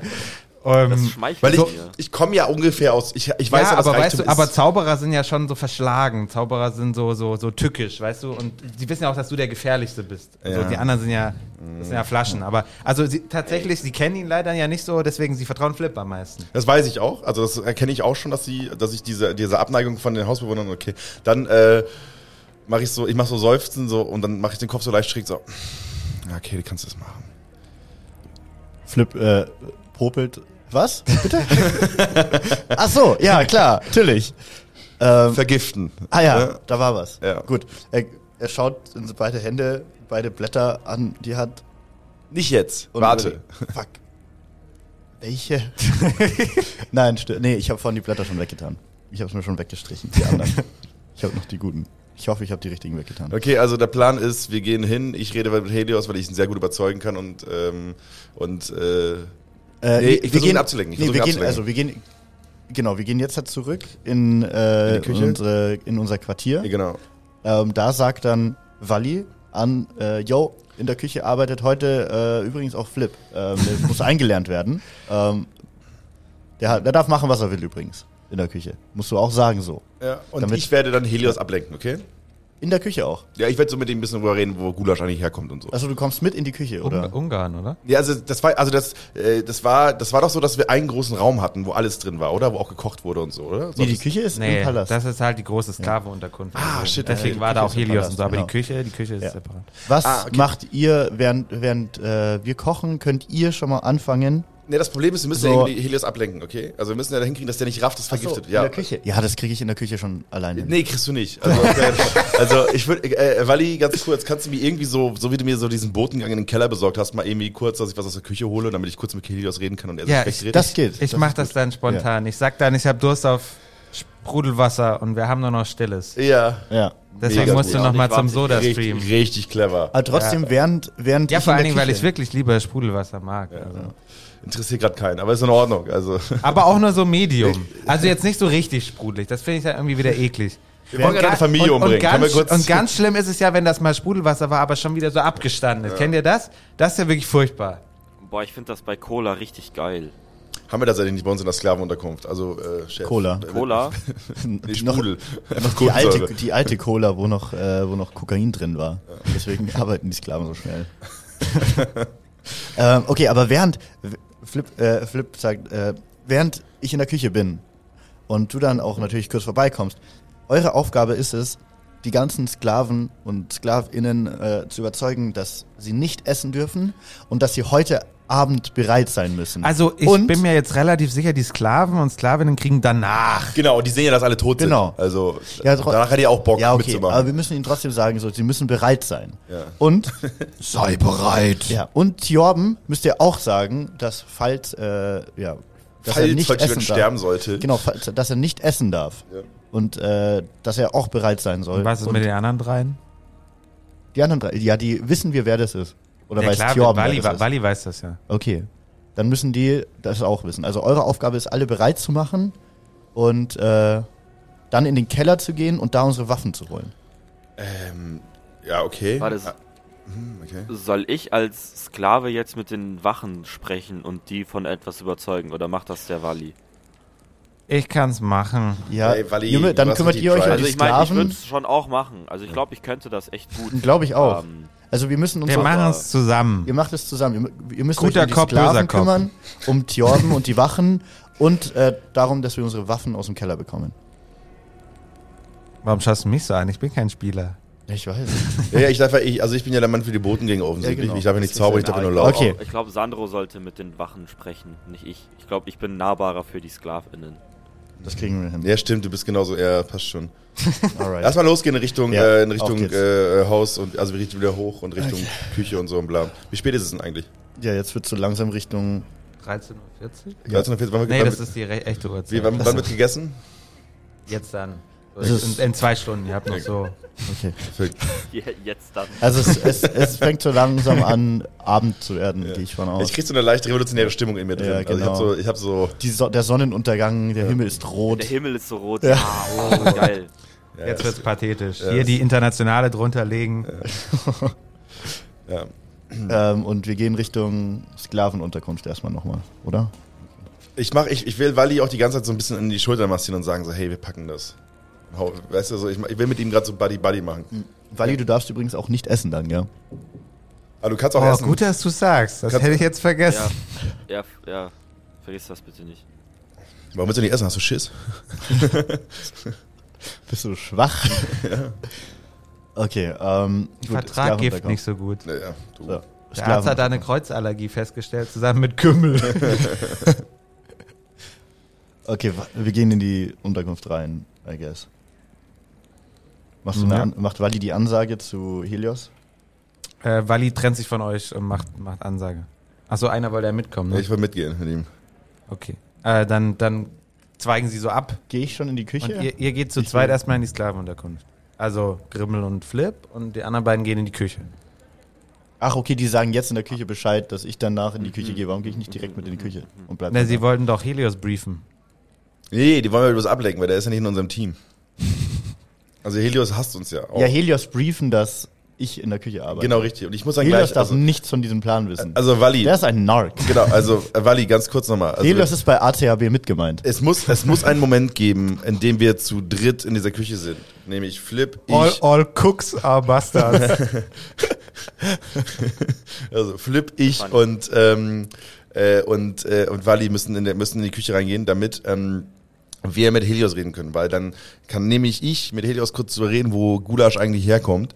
[SPEAKER 4] Also, Das
[SPEAKER 3] Ähm,
[SPEAKER 4] schmeichelt
[SPEAKER 5] Weil ich,
[SPEAKER 4] mir.
[SPEAKER 5] ich komme ja ungefähr aus, ich, ich weiß
[SPEAKER 3] ja,
[SPEAKER 5] ja, was
[SPEAKER 3] aber weißt
[SPEAKER 5] Reichtum
[SPEAKER 3] du, aber
[SPEAKER 5] ist.
[SPEAKER 3] Zauberer sind ja schon so verschlagen. Zauberer sind so, so, so tückisch, weißt du? Und die wissen ja auch, dass du der Gefährlichste bist. Also
[SPEAKER 5] Ja.
[SPEAKER 3] die anderen sind ja, das sind ja Flaschen. Aber also sie, tatsächlich, sie kennen ihn leider ja nicht so, deswegen sie vertrauen Flip am meisten.
[SPEAKER 5] Das weiß ich auch. Also das erkenne ich auch schon, dass sie, dass ich diese, diese Abneigung von den Hausbewohnern, okay. Dann äh, mache ich so, ich mache so Seufzen so und dann mache ich den Kopf so leicht schräg so. Ja, okay, du kannst das machen.
[SPEAKER 6] Flip äh, popelt. Was? Bitte? Ach so, ja, klar, natürlich. Ähm,
[SPEAKER 5] Vergiften.
[SPEAKER 6] ah ja,
[SPEAKER 5] Ne?
[SPEAKER 6] da war was.
[SPEAKER 5] Ja.
[SPEAKER 6] Gut. Er, er schaut in beide Hände, beide Blätter an die Hand.
[SPEAKER 5] Nicht jetzt.
[SPEAKER 6] und
[SPEAKER 5] Warte.
[SPEAKER 6] überlegt, Fuck. Welche? Nein, sti- nee, ich habe vorhin die Blätter schon weggetan. Ich habe es mir schon weggestrichen, die anderen. ich habe noch die guten. Ich hoffe, ich habe die richtigen weggetan.
[SPEAKER 5] Okay, also der Plan ist, wir gehen hin. Ich rede mit Helios, weil ich ihn sehr gut überzeugen kann und ähm, und äh,
[SPEAKER 6] Äh,
[SPEAKER 5] Nee, ich versuch ihn abzulenken, ich
[SPEAKER 6] nee,
[SPEAKER 5] versuch
[SPEAKER 6] wir
[SPEAKER 5] ihn
[SPEAKER 6] gehen,
[SPEAKER 5] abzulenken.
[SPEAKER 6] also wir gehen, genau, wir gehen jetzt halt zurück in, äh,
[SPEAKER 5] In die Küche?
[SPEAKER 6] Unsere, in unser Quartier.
[SPEAKER 5] genau.
[SPEAKER 6] Ähm, da sagt dann Walli an, äh, yo, in der Küche arbeitet heute äh, übrigens auch Flip. Ähm, der muss eingelernt werden. Ähm, der, hat- der darf machen, was er will übrigens in der Küche. Musst du auch sagen so.
[SPEAKER 5] Ja, und
[SPEAKER 6] Damit-
[SPEAKER 5] ich werde dann Helios ablenken, okay?
[SPEAKER 6] In der Küche auch.
[SPEAKER 5] Ja, ich werde so mit ihm ein bisschen drüber reden, wo Gulasch eigentlich herkommt und so.
[SPEAKER 6] Also du kommst mit in die Küche, oder?
[SPEAKER 3] Un Ungarn, oder?
[SPEAKER 5] Ja, also das war, also das, äh, das war, das war doch so, dass wir einen großen Raum hatten, wo alles drin war, oder? Wo auch gekocht wurde und so, oder?
[SPEAKER 6] Nee, die Küche ist im Palast.
[SPEAKER 3] das ist halt die große Sklaveunterkunft. Also
[SPEAKER 5] Ah, shit,
[SPEAKER 3] Deswegen
[SPEAKER 5] okay,
[SPEAKER 3] war
[SPEAKER 6] die
[SPEAKER 3] da auch
[SPEAKER 6] Küche ist im
[SPEAKER 3] Helios und so, aber
[SPEAKER 6] Palast,
[SPEAKER 3] die Küche, die Küche ist
[SPEAKER 6] Ja.
[SPEAKER 3] separat.
[SPEAKER 6] Was
[SPEAKER 5] Ah, okay.
[SPEAKER 6] macht ihr, während, während äh, wir kochen, könnt ihr schon mal anfangen?
[SPEAKER 5] nee, das Problem ist, wir müssen
[SPEAKER 6] So.
[SPEAKER 5] ja irgendwie Helios ablenken, okay? Also wir müssen ja dahin kriegen, dass der nicht rafft, das vergiftet. ja.
[SPEAKER 6] in der Küche. Ja, das kriege ich in der Küche schon alleine.
[SPEAKER 5] Nee, kriegst du nicht. Also, okay. also ich würde, äh, Walli, ganz kurz, kannst du mir irgendwie so, so wie du mir so diesen Botengang in den Keller besorgt hast, mal irgendwie kurz, dass ich was aus der Küche hole, damit ich kurz mit Helios reden kann und er
[SPEAKER 3] Ja,
[SPEAKER 5] sich
[SPEAKER 3] ich-
[SPEAKER 5] wegredet?
[SPEAKER 6] Das geht.
[SPEAKER 3] Ich
[SPEAKER 6] das
[SPEAKER 3] mach
[SPEAKER 6] ist
[SPEAKER 3] das
[SPEAKER 6] gut.
[SPEAKER 3] dann spontan. Ich sag dann, ich habe Durst auf Sprudelwasser und wir haben nur noch Stilles.
[SPEAKER 5] Ja.
[SPEAKER 6] Ja.
[SPEAKER 3] Deswegen
[SPEAKER 5] mega
[SPEAKER 3] musst du
[SPEAKER 5] gut.
[SPEAKER 3] nochmal
[SPEAKER 4] Ich
[SPEAKER 3] zum
[SPEAKER 4] warte,
[SPEAKER 3] Soda
[SPEAKER 5] Richtig,
[SPEAKER 3] streamen.
[SPEAKER 5] richtig clever.
[SPEAKER 6] Aber trotzdem, während, während
[SPEAKER 3] Ja,
[SPEAKER 6] ich
[SPEAKER 3] vor
[SPEAKER 6] in
[SPEAKER 3] allen
[SPEAKER 6] der
[SPEAKER 3] Dingen, weil
[SPEAKER 6] Küche-
[SPEAKER 3] ich wirklich lieber Sprudelwasser mag. Also.
[SPEAKER 5] Interessiert gerade keinen, aber ist in Ordnung. Also
[SPEAKER 3] Aber auch nur so Medium. Also jetzt nicht so richtig sprudelig. Das finde ich dann irgendwie wieder eklig.
[SPEAKER 5] wir wollen ja deine Familie
[SPEAKER 3] und,
[SPEAKER 5] umbringen.
[SPEAKER 3] Und ganz,
[SPEAKER 5] Können wir kurz
[SPEAKER 3] und ganz schlimm ist es ja, wenn das mal Sprudelwasser war, aber schon wieder so abgestanden ist. Kennt ihr das? Das ist ja wirklich furchtbar.
[SPEAKER 4] Boah, ich finde das bei Cola richtig geil.
[SPEAKER 5] haben wir das eigentlich nicht bei uns in der Sklavenunterkunft? Also äh, Chef.
[SPEAKER 6] Cola.
[SPEAKER 4] Cola?
[SPEAKER 5] Nee,
[SPEAKER 6] noch-
[SPEAKER 5] Sprudel. Einfach
[SPEAKER 6] Die
[SPEAKER 5] Kohlensäure.
[SPEAKER 6] alte, die alte Cola, wo noch, äh, wo noch Kokain drin war. Deswegen arbeiten die Sklaven so schnell. ähm, okay, aber während w- Flip, äh, Flip sagt, äh, während ich in der Küche bin und du dann auch natürlich kurz vorbeikommst, eure Aufgabe ist es, die ganzen Sklaven und Sklavinnen äh, zu überzeugen, dass sie nicht essen dürfen und dass sie heute Abend bereit sein müssen.
[SPEAKER 3] Also ich
[SPEAKER 6] und,
[SPEAKER 3] bin mir jetzt relativ sicher, die Sklaven und Sklavinnen kriegen danach.
[SPEAKER 5] Genau, und die sehen ja, dass alle tot
[SPEAKER 6] Genau.
[SPEAKER 5] sind. Also
[SPEAKER 6] Ja, tro-
[SPEAKER 5] danach hat die auch Bock
[SPEAKER 6] ja, okay,
[SPEAKER 5] mitzumachen.
[SPEAKER 6] aber wir müssen ihnen trotzdem sagen, so, sie müssen bereit sein.
[SPEAKER 5] Ja.
[SPEAKER 6] Und
[SPEAKER 2] Sei bereit.
[SPEAKER 6] ja, und Jorben müsst ihr auch sagen, dass falls äh, ja, dass er
[SPEAKER 5] falls
[SPEAKER 6] halt nicht
[SPEAKER 5] falls
[SPEAKER 6] essen
[SPEAKER 5] jemand sterben
[SPEAKER 6] darf,
[SPEAKER 5] sollte.
[SPEAKER 6] genau, falls, dass er nicht essen darf
[SPEAKER 5] Ja.
[SPEAKER 6] und äh, dass er auch bereit sein soll.
[SPEAKER 3] Und was ist
[SPEAKER 6] Und
[SPEAKER 3] mit den anderen dreien?
[SPEAKER 6] die anderen drei? Ja, die wissen wir, wer das ist. Oder weiß Jorben, wer
[SPEAKER 3] Wally,
[SPEAKER 6] das ist.
[SPEAKER 3] Wally weiß das ja.
[SPEAKER 6] Okay. Dann müssen die das auch wissen. Also eure Aufgabe ist, alle bereit zu machen und äh, dann in den Keller zu gehen und da unsere Waffen zu holen.
[SPEAKER 5] Ähm, ja, okay.
[SPEAKER 4] War das-
[SPEAKER 5] Ah, hm, okay.
[SPEAKER 4] Soll ich als Sklave jetzt mit den Wachen sprechen und die von etwas überzeugen oder macht das der
[SPEAKER 5] Äh,
[SPEAKER 4] Wally?
[SPEAKER 3] Ich kann's machen.
[SPEAKER 6] Ja,
[SPEAKER 5] Ey, Wally,
[SPEAKER 6] Junge, dann
[SPEAKER 5] was
[SPEAKER 6] kümmert
[SPEAKER 5] sind
[SPEAKER 6] ihr
[SPEAKER 5] die
[SPEAKER 6] euch um
[SPEAKER 5] Tribes?
[SPEAKER 6] die
[SPEAKER 4] Also ich meine, ich würde
[SPEAKER 6] Sklaven.
[SPEAKER 4] es schon auch machen. Also ich glaube, ich könnte das echt gut.
[SPEAKER 6] Glaube ich auch.
[SPEAKER 4] Ähm,
[SPEAKER 6] Also wir müssen uns
[SPEAKER 3] Wir
[SPEAKER 6] auch,
[SPEAKER 3] machen es zusammen.
[SPEAKER 6] ihr macht es zusammen. Ihr, ihr müsst
[SPEAKER 3] Guter
[SPEAKER 6] euch um die
[SPEAKER 3] Cop, böser
[SPEAKER 6] Sklaven
[SPEAKER 3] Cop.
[SPEAKER 6] kümmern, um Tjorben und die Wachen und äh, darum, dass wir unsere Waffen aus dem Keller bekommen.
[SPEAKER 3] Warum schaust du mich so an? Ich bin kein Spieler.
[SPEAKER 6] Ich weiß.
[SPEAKER 5] Ja, ja, ich darf ja, ich, also ich bin ja der Mann für die Botengänge offensichtlich.
[SPEAKER 6] Ja, genau.
[SPEAKER 5] Ich darf ja nicht
[SPEAKER 6] Das
[SPEAKER 5] zaubern, ich
[SPEAKER 6] ist ja
[SPEAKER 5] darf ja nur
[SPEAKER 6] egal.
[SPEAKER 5] laufen.
[SPEAKER 6] Okay.
[SPEAKER 4] Ich glaube, Sandro sollte mit den Wachen sprechen, nicht ich. Ich glaube, ich bin nahbarer für die SklavInnen.
[SPEAKER 6] Das kriegen wir hin.
[SPEAKER 5] Ja, stimmt, du bist genauso, ja, passt schon.
[SPEAKER 6] Alright.
[SPEAKER 5] Lass mal losgehen in Richtung,
[SPEAKER 6] Ja,
[SPEAKER 5] äh, in
[SPEAKER 6] auf
[SPEAKER 5] Richtung
[SPEAKER 6] geht's.
[SPEAKER 5] äh, Haus und also Richtung wieder hoch und Richtung Küche und so und bla. Wie spät ist es denn eigentlich?
[SPEAKER 6] Ja, jetzt wird so langsam Richtung
[SPEAKER 3] 13.40 Uhr?
[SPEAKER 5] 13.40 Uhr? Wann,
[SPEAKER 3] Nee,
[SPEAKER 5] wann,
[SPEAKER 3] das ist die re- echte
[SPEAKER 5] wie,
[SPEAKER 3] Uhrzeit.
[SPEAKER 5] wann, wann wird gegessen?
[SPEAKER 3] Jetzt dann.
[SPEAKER 6] Das ist-
[SPEAKER 3] in, in zwei Stunden. Ihr habt noch so.
[SPEAKER 6] Okay.
[SPEAKER 5] Perfekt.
[SPEAKER 4] Je- Jetzt dann.
[SPEAKER 6] Also es, es, es fängt so langsam an, Abend zu werden,
[SPEAKER 5] Ja.
[SPEAKER 6] gehe ich von aus.
[SPEAKER 5] Ich krieg so eine leicht revolutionäre Stimmung in mir drin.
[SPEAKER 6] Ja,
[SPEAKER 5] Also ich hab
[SPEAKER 6] genau.
[SPEAKER 5] so, ich hab so
[SPEAKER 6] Die so der Sonnenuntergang, der Himmel ist rot.
[SPEAKER 4] Der Himmel ist so rot.
[SPEAKER 6] Ja.
[SPEAKER 4] Ah, oh, geil.
[SPEAKER 5] ja,
[SPEAKER 3] Jetzt wird's pathetisch.
[SPEAKER 5] Ja,
[SPEAKER 3] Hier
[SPEAKER 5] das-
[SPEAKER 3] die internationale drunter legen.
[SPEAKER 5] ja.
[SPEAKER 6] Ähm, und wir gehen Richtung Sklavenunterkunft erstmal nochmal, oder?
[SPEAKER 5] Ich mach, ich, ich will Wally auch die ganze Zeit so ein bisschen in die Schulter massieren und sagen so, hey, wir packen das. Hau- Weißt du, so, ich, mach- ich will mit ihm gerade so Buddy Buddy machen.
[SPEAKER 6] Mhm. Wally, du darfst übrigens auch nicht essen dann, gell?
[SPEAKER 5] Aber du kannst auch
[SPEAKER 3] oh,
[SPEAKER 5] essen.
[SPEAKER 3] gut, dass du sagst. Das
[SPEAKER 5] Kannst-
[SPEAKER 3] hätte ich jetzt vergessen.
[SPEAKER 4] Ja. ja, f- ja. Vergiss das bitte nicht.
[SPEAKER 5] Warum willst du nicht essen? Hast du Schiss?
[SPEAKER 6] Bist du schwach? Okay, ähm, gut,
[SPEAKER 3] Vertrag gift
[SPEAKER 6] Sklavenunterkunft.
[SPEAKER 3] nicht so gut.
[SPEAKER 5] Naja, du.
[SPEAKER 6] So,
[SPEAKER 3] Der Arzt hat da eine Kreuzallergie festgestellt, zusammen mit Kümmel.
[SPEAKER 6] Okay, wa- wir gehen in die Unterkunft rein, I guess. Machst du
[SPEAKER 3] Mhm,
[SPEAKER 6] eine
[SPEAKER 3] ja.
[SPEAKER 6] An macht Wally die Ansage zu Helios?
[SPEAKER 3] äh, Wally trennt sich von euch und macht, macht Ansage. Achso, einer wollte ja mitkommen,
[SPEAKER 5] Ja,
[SPEAKER 3] ne?
[SPEAKER 5] Ich will mitgehen mit ihm.
[SPEAKER 3] Okay. Äh, dann, dann zweigen sie so ab.
[SPEAKER 6] Gehe ich schon in die
[SPEAKER 3] Und
[SPEAKER 6] Küche?
[SPEAKER 3] ihr, ihr geht zu
[SPEAKER 6] Ich
[SPEAKER 3] zweit
[SPEAKER 6] will-
[SPEAKER 3] erstmal in die Sklavenunterkunft. Also Grimmel und Flip und die anderen beiden gehen in die Küche.
[SPEAKER 6] Ach, okay, die sagen jetzt in der
[SPEAKER 3] Ah.
[SPEAKER 6] Küche Bescheid, dass ich danach in die Küche gehe. Warum gehe ich nicht direkt mit in die Küche und bleib
[SPEAKER 3] Mhm. Na,
[SPEAKER 6] dann
[SPEAKER 3] Ne, sie
[SPEAKER 6] da?
[SPEAKER 3] wollten doch Helios briefen.
[SPEAKER 5] Nee, die wollen wir bloß ablenken, weil der ist ja nicht in unserem Team. Also Helios hasst uns ja auch.
[SPEAKER 6] Ja, Helios briefen, dass ich in der Küche arbeite.
[SPEAKER 5] genau, richtig. Und ich muss dann
[SPEAKER 6] Helios
[SPEAKER 5] gleich.
[SPEAKER 6] darf
[SPEAKER 5] Also,
[SPEAKER 6] nichts von diesem Plan wissen.
[SPEAKER 5] also Wally,
[SPEAKER 6] der ist ein Narc.
[SPEAKER 5] genau, also äh, Wally, ganz kurz nochmal. Also,
[SPEAKER 6] Helios ist bei ATHB mitgemeint.
[SPEAKER 5] es muss, es muss einen Moment geben, in dem wir zu dritt in dieser Küche sind. Nämlich Flip, ich,
[SPEAKER 3] all cooks are bastards.
[SPEAKER 5] also Flip, ich
[SPEAKER 4] Funny.
[SPEAKER 5] und ähm, äh, und äh, und Wally müssen in der müssen in die Küche reingehen, damit ähm, wir mit Helios reden können, weil dann kann nämlich ich mit Helios kurz drüber reden, wo Gulasch eigentlich herkommt.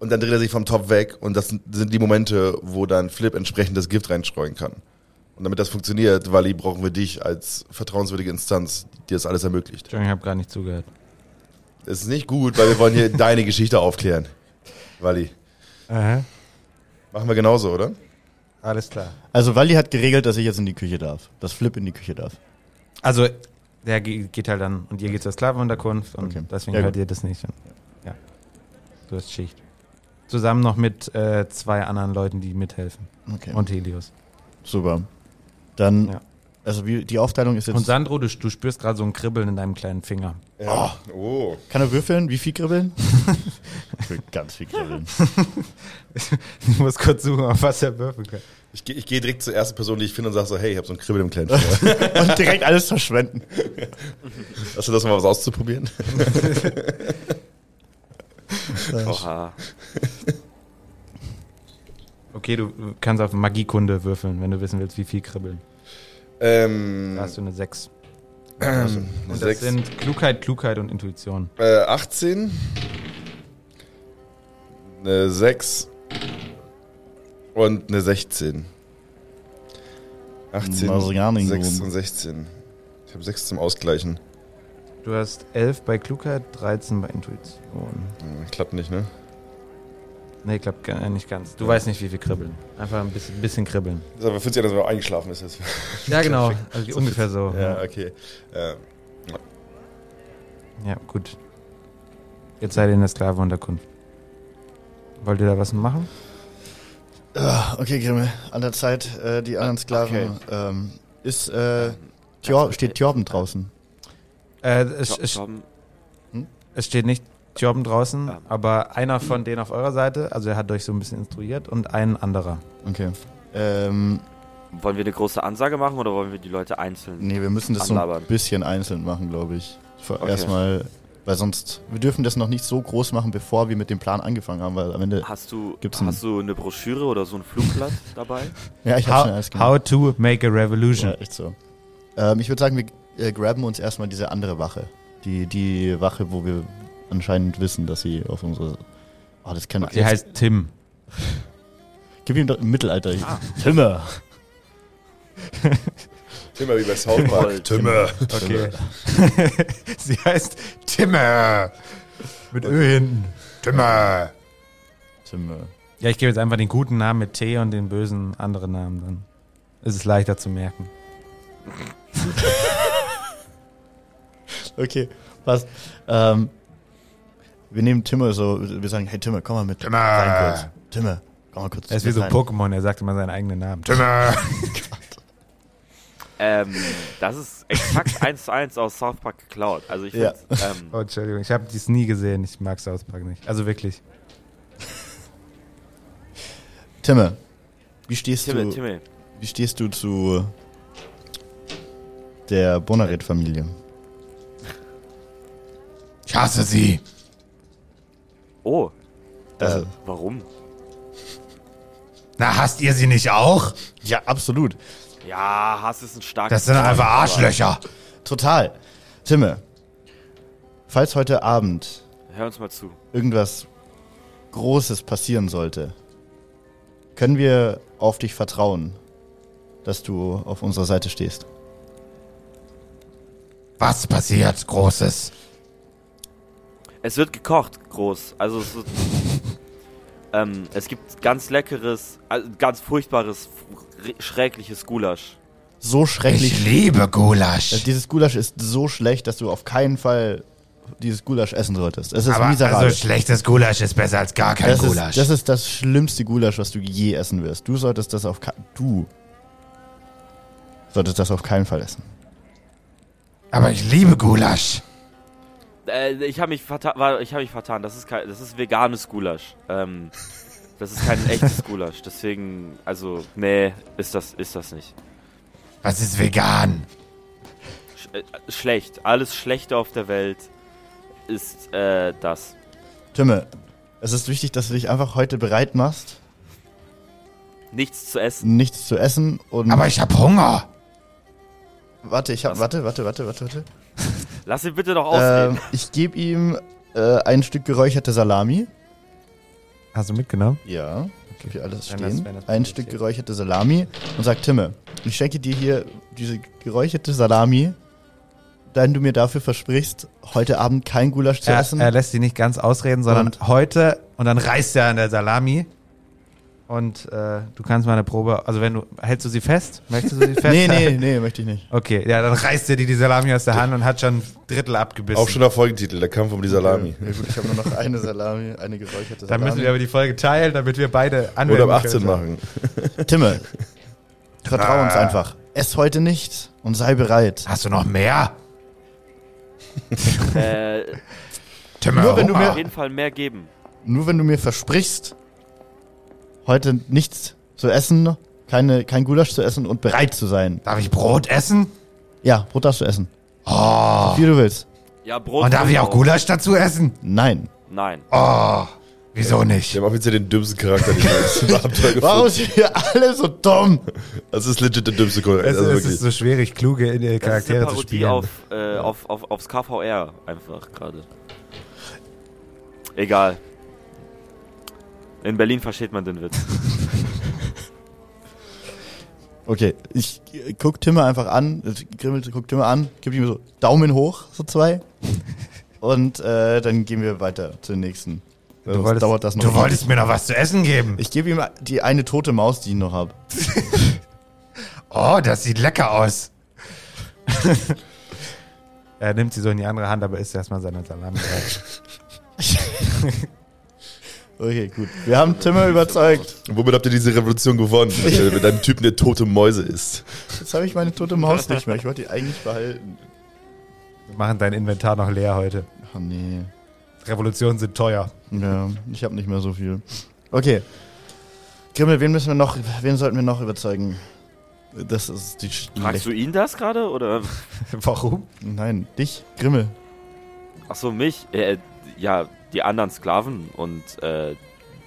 [SPEAKER 5] Und dann dreht er sich vom Topf weg und das sind- sind die Momente, wo dann Flip entsprechend das Gift reinstreuen kann. Und damit das funktioniert, Wally, brauchen wir dich als vertrauenswürdige Instanz, die das alles ermöglicht.
[SPEAKER 3] Entschuldigung, ich habe gar nicht zugehört.
[SPEAKER 5] Es ist nicht gut, weil wir wollen hier deine Geschichte aufklären. Wally,
[SPEAKER 3] Aha.
[SPEAKER 5] machen wir genauso, oder?
[SPEAKER 3] Alles klar.
[SPEAKER 6] Also Wally hat geregelt, dass ich jetzt in die Küche darf. Dass Flip in die Küche darf.
[SPEAKER 3] Also, der ge- geht halt dann und ihr geht zur Sklavenunterkunft und
[SPEAKER 6] Okay.
[SPEAKER 3] deswegen
[SPEAKER 6] Ja,
[SPEAKER 3] hört
[SPEAKER 6] gut.
[SPEAKER 3] ihr das nicht. Und, ja. Du hast Schicht. Zusammen noch mit äh, zwei anderen Leuten, die mithelfen.
[SPEAKER 6] Okay,
[SPEAKER 3] Und Helios.
[SPEAKER 6] super. Dann,
[SPEAKER 3] Ja.
[SPEAKER 6] also wie, die Aufteilung ist jetzt...
[SPEAKER 3] Und Sandro, du, du spürst gerade so ein Kribbeln in deinem kleinen Finger.
[SPEAKER 5] Ja. Oh.
[SPEAKER 6] kann er würfeln? Wie viel kribbeln? ich will ganz viel kribbeln.
[SPEAKER 3] Ich muss kurz suchen, auf was er würfeln kann.
[SPEAKER 5] Ich, geh- ich gehe direkt zur ersten Person, die ich finde, und sage so: Hey, ich habe so einen Kribbel im kleinen Finger.
[SPEAKER 6] Und direkt alles verschwenden.
[SPEAKER 5] Hast du das mal was auszuprobieren?
[SPEAKER 4] Oha.
[SPEAKER 3] Okay, du kannst auf Magiekunde würfeln, wenn du wissen willst, wie viel kribbeln.
[SPEAKER 5] Ähm,
[SPEAKER 3] Da hast du eine 6.
[SPEAKER 5] ähm,
[SPEAKER 3] Und das
[SPEAKER 5] sechs,
[SPEAKER 3] sind Klugheit, Klugheit und Intuition.
[SPEAKER 5] äh, 18 eine 6 und eine 16. 18,
[SPEAKER 6] Also gar nicht
[SPEAKER 5] 6
[SPEAKER 6] gut.
[SPEAKER 5] und 16. Ich habe 6 zum Ausgleichen.
[SPEAKER 3] Du hast 11 bei Klugheit, 13 bei Intuition.
[SPEAKER 5] Hm, Klappt nicht, ne?
[SPEAKER 3] Nee, klappt gar- äh, nicht ganz. Du weißt nicht, wie viel kribbeln. Einfach ein bisschen, bisschen kribbeln.
[SPEAKER 5] Das ist aber fühlt sich an, als wenn man eingeschlafen ist jetzt.
[SPEAKER 3] Ja, genau. Also ungefähr so.
[SPEAKER 5] Ja, okay. Ähm,
[SPEAKER 3] Ja, gut. Jetzt seid ihr in der Sklaveunterkunft. Wollt ihr da was machen?
[SPEAKER 6] Ah, Okay, Grimmel, an der Zeit, äh, die anderen Sklaven. Ähm, ist, äh, Thjor steht Thjorben draußen.
[SPEAKER 3] Äh, es,
[SPEAKER 4] Tor-
[SPEAKER 3] es,
[SPEAKER 4] Torben,
[SPEAKER 3] es steht nicht Thorben draußen,
[SPEAKER 4] Ja.
[SPEAKER 3] aber einer von denen auf eurer Seite, also er hat euch so ein bisschen instruiert und ein anderer.
[SPEAKER 6] Okay. Ähm,
[SPEAKER 4] wollen wir eine große Ansage machen oder wollen wir die Leute einzeln?
[SPEAKER 6] nee, wir müssen das so ein
[SPEAKER 4] Anlabern.
[SPEAKER 6] bisschen einzeln machen, glaube ich. Vor-
[SPEAKER 4] Okay.
[SPEAKER 6] Erstmal, weil sonst, wir dürfen das noch nicht so groß machen, bevor wir mit dem Plan angefangen haben, weil am Ende,
[SPEAKER 4] Hast du,
[SPEAKER 6] Gibt's einen-
[SPEAKER 4] hast du eine Broschüre oder so ein Flugblatt dabei?
[SPEAKER 6] ja, ich habe schon alles gemacht.
[SPEAKER 3] how to make a revolution.
[SPEAKER 6] Ja, echt so. Ähm, ich würde sagen, wir äh, graben uns erstmal diese andere Wache. Die, die Wache, wo wir anscheinend wissen, dass sie auf unsere. Oh, das kann
[SPEAKER 3] Die heißt Tim.
[SPEAKER 6] Gib ihm doch im Mittelalter.
[SPEAKER 3] Ah.
[SPEAKER 6] Timmer.
[SPEAKER 5] Timmer wie bei South Park.
[SPEAKER 4] Voll.
[SPEAKER 5] Timmer.
[SPEAKER 3] Okay. Sie heißt Timmer. Mit Ö hinten. Timmer.
[SPEAKER 6] Timmer.
[SPEAKER 3] Ja, ich gebe jetzt einfach den guten Namen mit T und den bösen anderen Namen dann. Ist es leichter zu merken.
[SPEAKER 6] Okay, passt. Ähm, wir nehmen Timmer so. Wir sagen, hey Timmer, komm mal mit. Timmer. Rein kurz. Timmer, komm mal kurz.
[SPEAKER 3] Er ist wie
[SPEAKER 6] mit
[SPEAKER 3] so ein
[SPEAKER 6] rein.
[SPEAKER 3] Pokémon, er sagt immer seinen eigenen Namen. Timmer.
[SPEAKER 4] ähm, das ist exakt eins zu eins aus South Park geklaut. Also ich
[SPEAKER 6] Ja.
[SPEAKER 4] finde, ähm,
[SPEAKER 3] Oh, Entschuldigung, ich habe dies nie gesehen. Ich mag South Park nicht. Also wirklich.
[SPEAKER 6] Timmer. Wie stehst
[SPEAKER 4] Timmel,
[SPEAKER 6] du?
[SPEAKER 4] Timmel,
[SPEAKER 6] Wie stehst du zu der Bonaret-Familie?
[SPEAKER 5] Ich hasse sie.
[SPEAKER 4] oh,
[SPEAKER 6] Also,
[SPEAKER 4] warum?
[SPEAKER 3] Na, hasst ihr sie nicht auch?
[SPEAKER 6] ja, absolut.
[SPEAKER 4] Ja, Hass ist ein starkes
[SPEAKER 3] doch
[SPEAKER 4] Wort, aber-
[SPEAKER 6] Total. Timme, falls heute Abend
[SPEAKER 4] Hör uns mal zu.
[SPEAKER 6] irgendwas Großes passieren sollte, können wir auf dich vertrauen, dass du auf unserer Seite stehst.
[SPEAKER 7] Was passiert, Großes?
[SPEAKER 4] Es wird gekocht, groß. Also es, wird, ähm, es gibt ganz leckeres, also ganz furchtbares, f- r- schreckliches Gulasch.
[SPEAKER 6] So
[SPEAKER 7] Ich
[SPEAKER 6] schrecklich.
[SPEAKER 7] liebe
[SPEAKER 6] Also
[SPEAKER 7] Gulasch.
[SPEAKER 6] dieses Gulasch ist so schlecht, dass du auf keinen Fall dieses Gulasch essen solltest. Es ist
[SPEAKER 7] Aber also
[SPEAKER 6] miserabel.
[SPEAKER 7] schlechtes Gulasch ist besser als gar kein
[SPEAKER 6] das,
[SPEAKER 7] Gulasch.
[SPEAKER 6] ist, das ist das schlimmste Gulasch, was du je essen wirst. Du solltest das auf ke- du solltest das auf keinen Fall essen.
[SPEAKER 7] Aber ich liebe Gulasch.
[SPEAKER 4] Äh, ich habe mich, verta war- ich hab mich vertan. Das ist, kein, das ist veganes Gulasch. Ähm, das ist kein echtes Gulasch. Deswegen, also, nee, ist das, ist das nicht.
[SPEAKER 7] Was ist vegan?
[SPEAKER 4] Sch äh, schlecht. Alles Schlechte auf der Welt ist äh, das.
[SPEAKER 6] Timme, es ist wichtig, dass du dich einfach heute bereit machst,
[SPEAKER 4] Nichts zu essen.
[SPEAKER 6] nichts zu essen und.
[SPEAKER 7] Aber ich hab Hunger.
[SPEAKER 6] warte, ich hab. Warte, warte, warte, warte, warte.
[SPEAKER 4] Lass ihn bitte doch ausreden.
[SPEAKER 6] Ähm, ich gebe ihm äh, ein Stück geräucherte Salami.
[SPEAKER 3] Hast du mitgenommen?
[SPEAKER 6] Ja. Ich hab hier alles
[SPEAKER 3] Wenn
[SPEAKER 6] stehen.
[SPEAKER 3] das- wenn das
[SPEAKER 6] ein
[SPEAKER 3] möglich
[SPEAKER 6] Stück
[SPEAKER 3] ist.
[SPEAKER 6] geräucherte Salami und sag, Timme, ich schenke dir hier diese geräucherte Salami, dein du mir dafür versprichst, heute Abend kein Gulasch zu
[SPEAKER 3] Er,
[SPEAKER 6] essen.
[SPEAKER 3] er lässt sie nicht ganz ausreden, sondern
[SPEAKER 6] Und-
[SPEAKER 3] heute und dann reißt er an der Salami. Und äh, du kannst mal eine Probe. Also wenn du. Hältst du sie fest? Möchtest du sie fest?
[SPEAKER 6] nee, nee, nee, möchte ich nicht.
[SPEAKER 3] Okay, ja, dann reißt er dir die Salami aus der Hand und hat schon ein Drittel abgebissen.
[SPEAKER 5] Auch schon der Folgentitel, der Kampf um die Salami.
[SPEAKER 6] Ja, gut, ich habe nur noch eine Salami, eine geräucherte
[SPEAKER 3] dann müssen wir
[SPEAKER 6] Salami.
[SPEAKER 3] aber die Folge teilen, damit wir beide anwenden
[SPEAKER 5] Oder ab
[SPEAKER 3] können.
[SPEAKER 5] 18 machen.
[SPEAKER 6] Timme, vertrau
[SPEAKER 7] Ah.
[SPEAKER 6] uns einfach. Ess heute nicht und sei bereit.
[SPEAKER 7] Hast du noch mehr?
[SPEAKER 4] äh,
[SPEAKER 7] Timmer,
[SPEAKER 6] Nur wenn du
[SPEAKER 7] Hunger.
[SPEAKER 4] auf jeden Fall mehr geben.
[SPEAKER 6] Nur wenn du mir versprichst, heute nichts zu essen, keine, kein Gulasch zu essen und bereit zu sein.
[SPEAKER 7] Darf ich Brot essen?
[SPEAKER 6] Ja, Brot darfst du essen.
[SPEAKER 7] Oh.
[SPEAKER 6] Wie du willst.
[SPEAKER 4] Ja, Brot.
[SPEAKER 3] Oh,
[SPEAKER 7] Und darf
[SPEAKER 4] will
[SPEAKER 7] ich auch Gulasch dazu essen?
[SPEAKER 6] Nein.
[SPEAKER 4] Nein.
[SPEAKER 7] Oh. Wieso nicht?
[SPEAKER 5] Wir haben offiziell den dümmsten Charakter, den wir jetzt im Abenteuer
[SPEAKER 6] Warum
[SPEAKER 5] gefunden
[SPEAKER 6] sind wir alle so dumm?
[SPEAKER 5] Das ist legit der dümmste Charakter.
[SPEAKER 3] Es,
[SPEAKER 5] Also
[SPEAKER 3] es ist
[SPEAKER 5] wirklich.
[SPEAKER 3] so schwierig, kluge äh,
[SPEAKER 4] Das ist eine
[SPEAKER 3] Charaktere zu
[SPEAKER 4] Parodie
[SPEAKER 3] spielen.
[SPEAKER 4] auf, äh, auf, auf, aufs KVR einfach gerade. Egal. In Berlin versteht man den Witz.
[SPEAKER 6] Okay, ich äh, guck Timmer einfach an, äh, Grimmel guckt Timmer an, gibt ihm so Daumen hoch, so zwei. Und äh, dann gehen wir weiter zur nächsten. Weil sonst dauert das noch.
[SPEAKER 7] du wolltest mir noch was zu essen geben.
[SPEAKER 6] ich gebe ihm die eine tote Maus, die ich noch habe.
[SPEAKER 7] Oh, das sieht lecker aus.
[SPEAKER 3] Er nimmt sie so in die andere Hand, aber isst erstmal seinen Salam.
[SPEAKER 6] Okay, gut. Wir haben Timmer überzeugt.
[SPEAKER 5] Und womit habt ihr diese Revolution gewonnen? Äh, Wenn dein Typ eine tote Mäuse ist.
[SPEAKER 6] Jetzt habe ich meine tote Maus nicht mehr. Ich wollte die eigentlich behalten.
[SPEAKER 3] Wir machen dein Inventar noch leer heute.
[SPEAKER 6] Ach nee.
[SPEAKER 3] Revolutionen sind teuer.
[SPEAKER 6] Ja, ich habe nicht mehr so viel. Okay. Grimmel, wen müssen wir noch, wen sollten wir noch überzeugen? Das ist die
[SPEAKER 4] Fragst
[SPEAKER 6] schlechte.
[SPEAKER 4] du ihn das gerade? Oder?
[SPEAKER 3] Warum?
[SPEAKER 6] Nein, dich, Grimmel.
[SPEAKER 4] Achso, mich? Äh, ja, die anderen Sklaven und äh,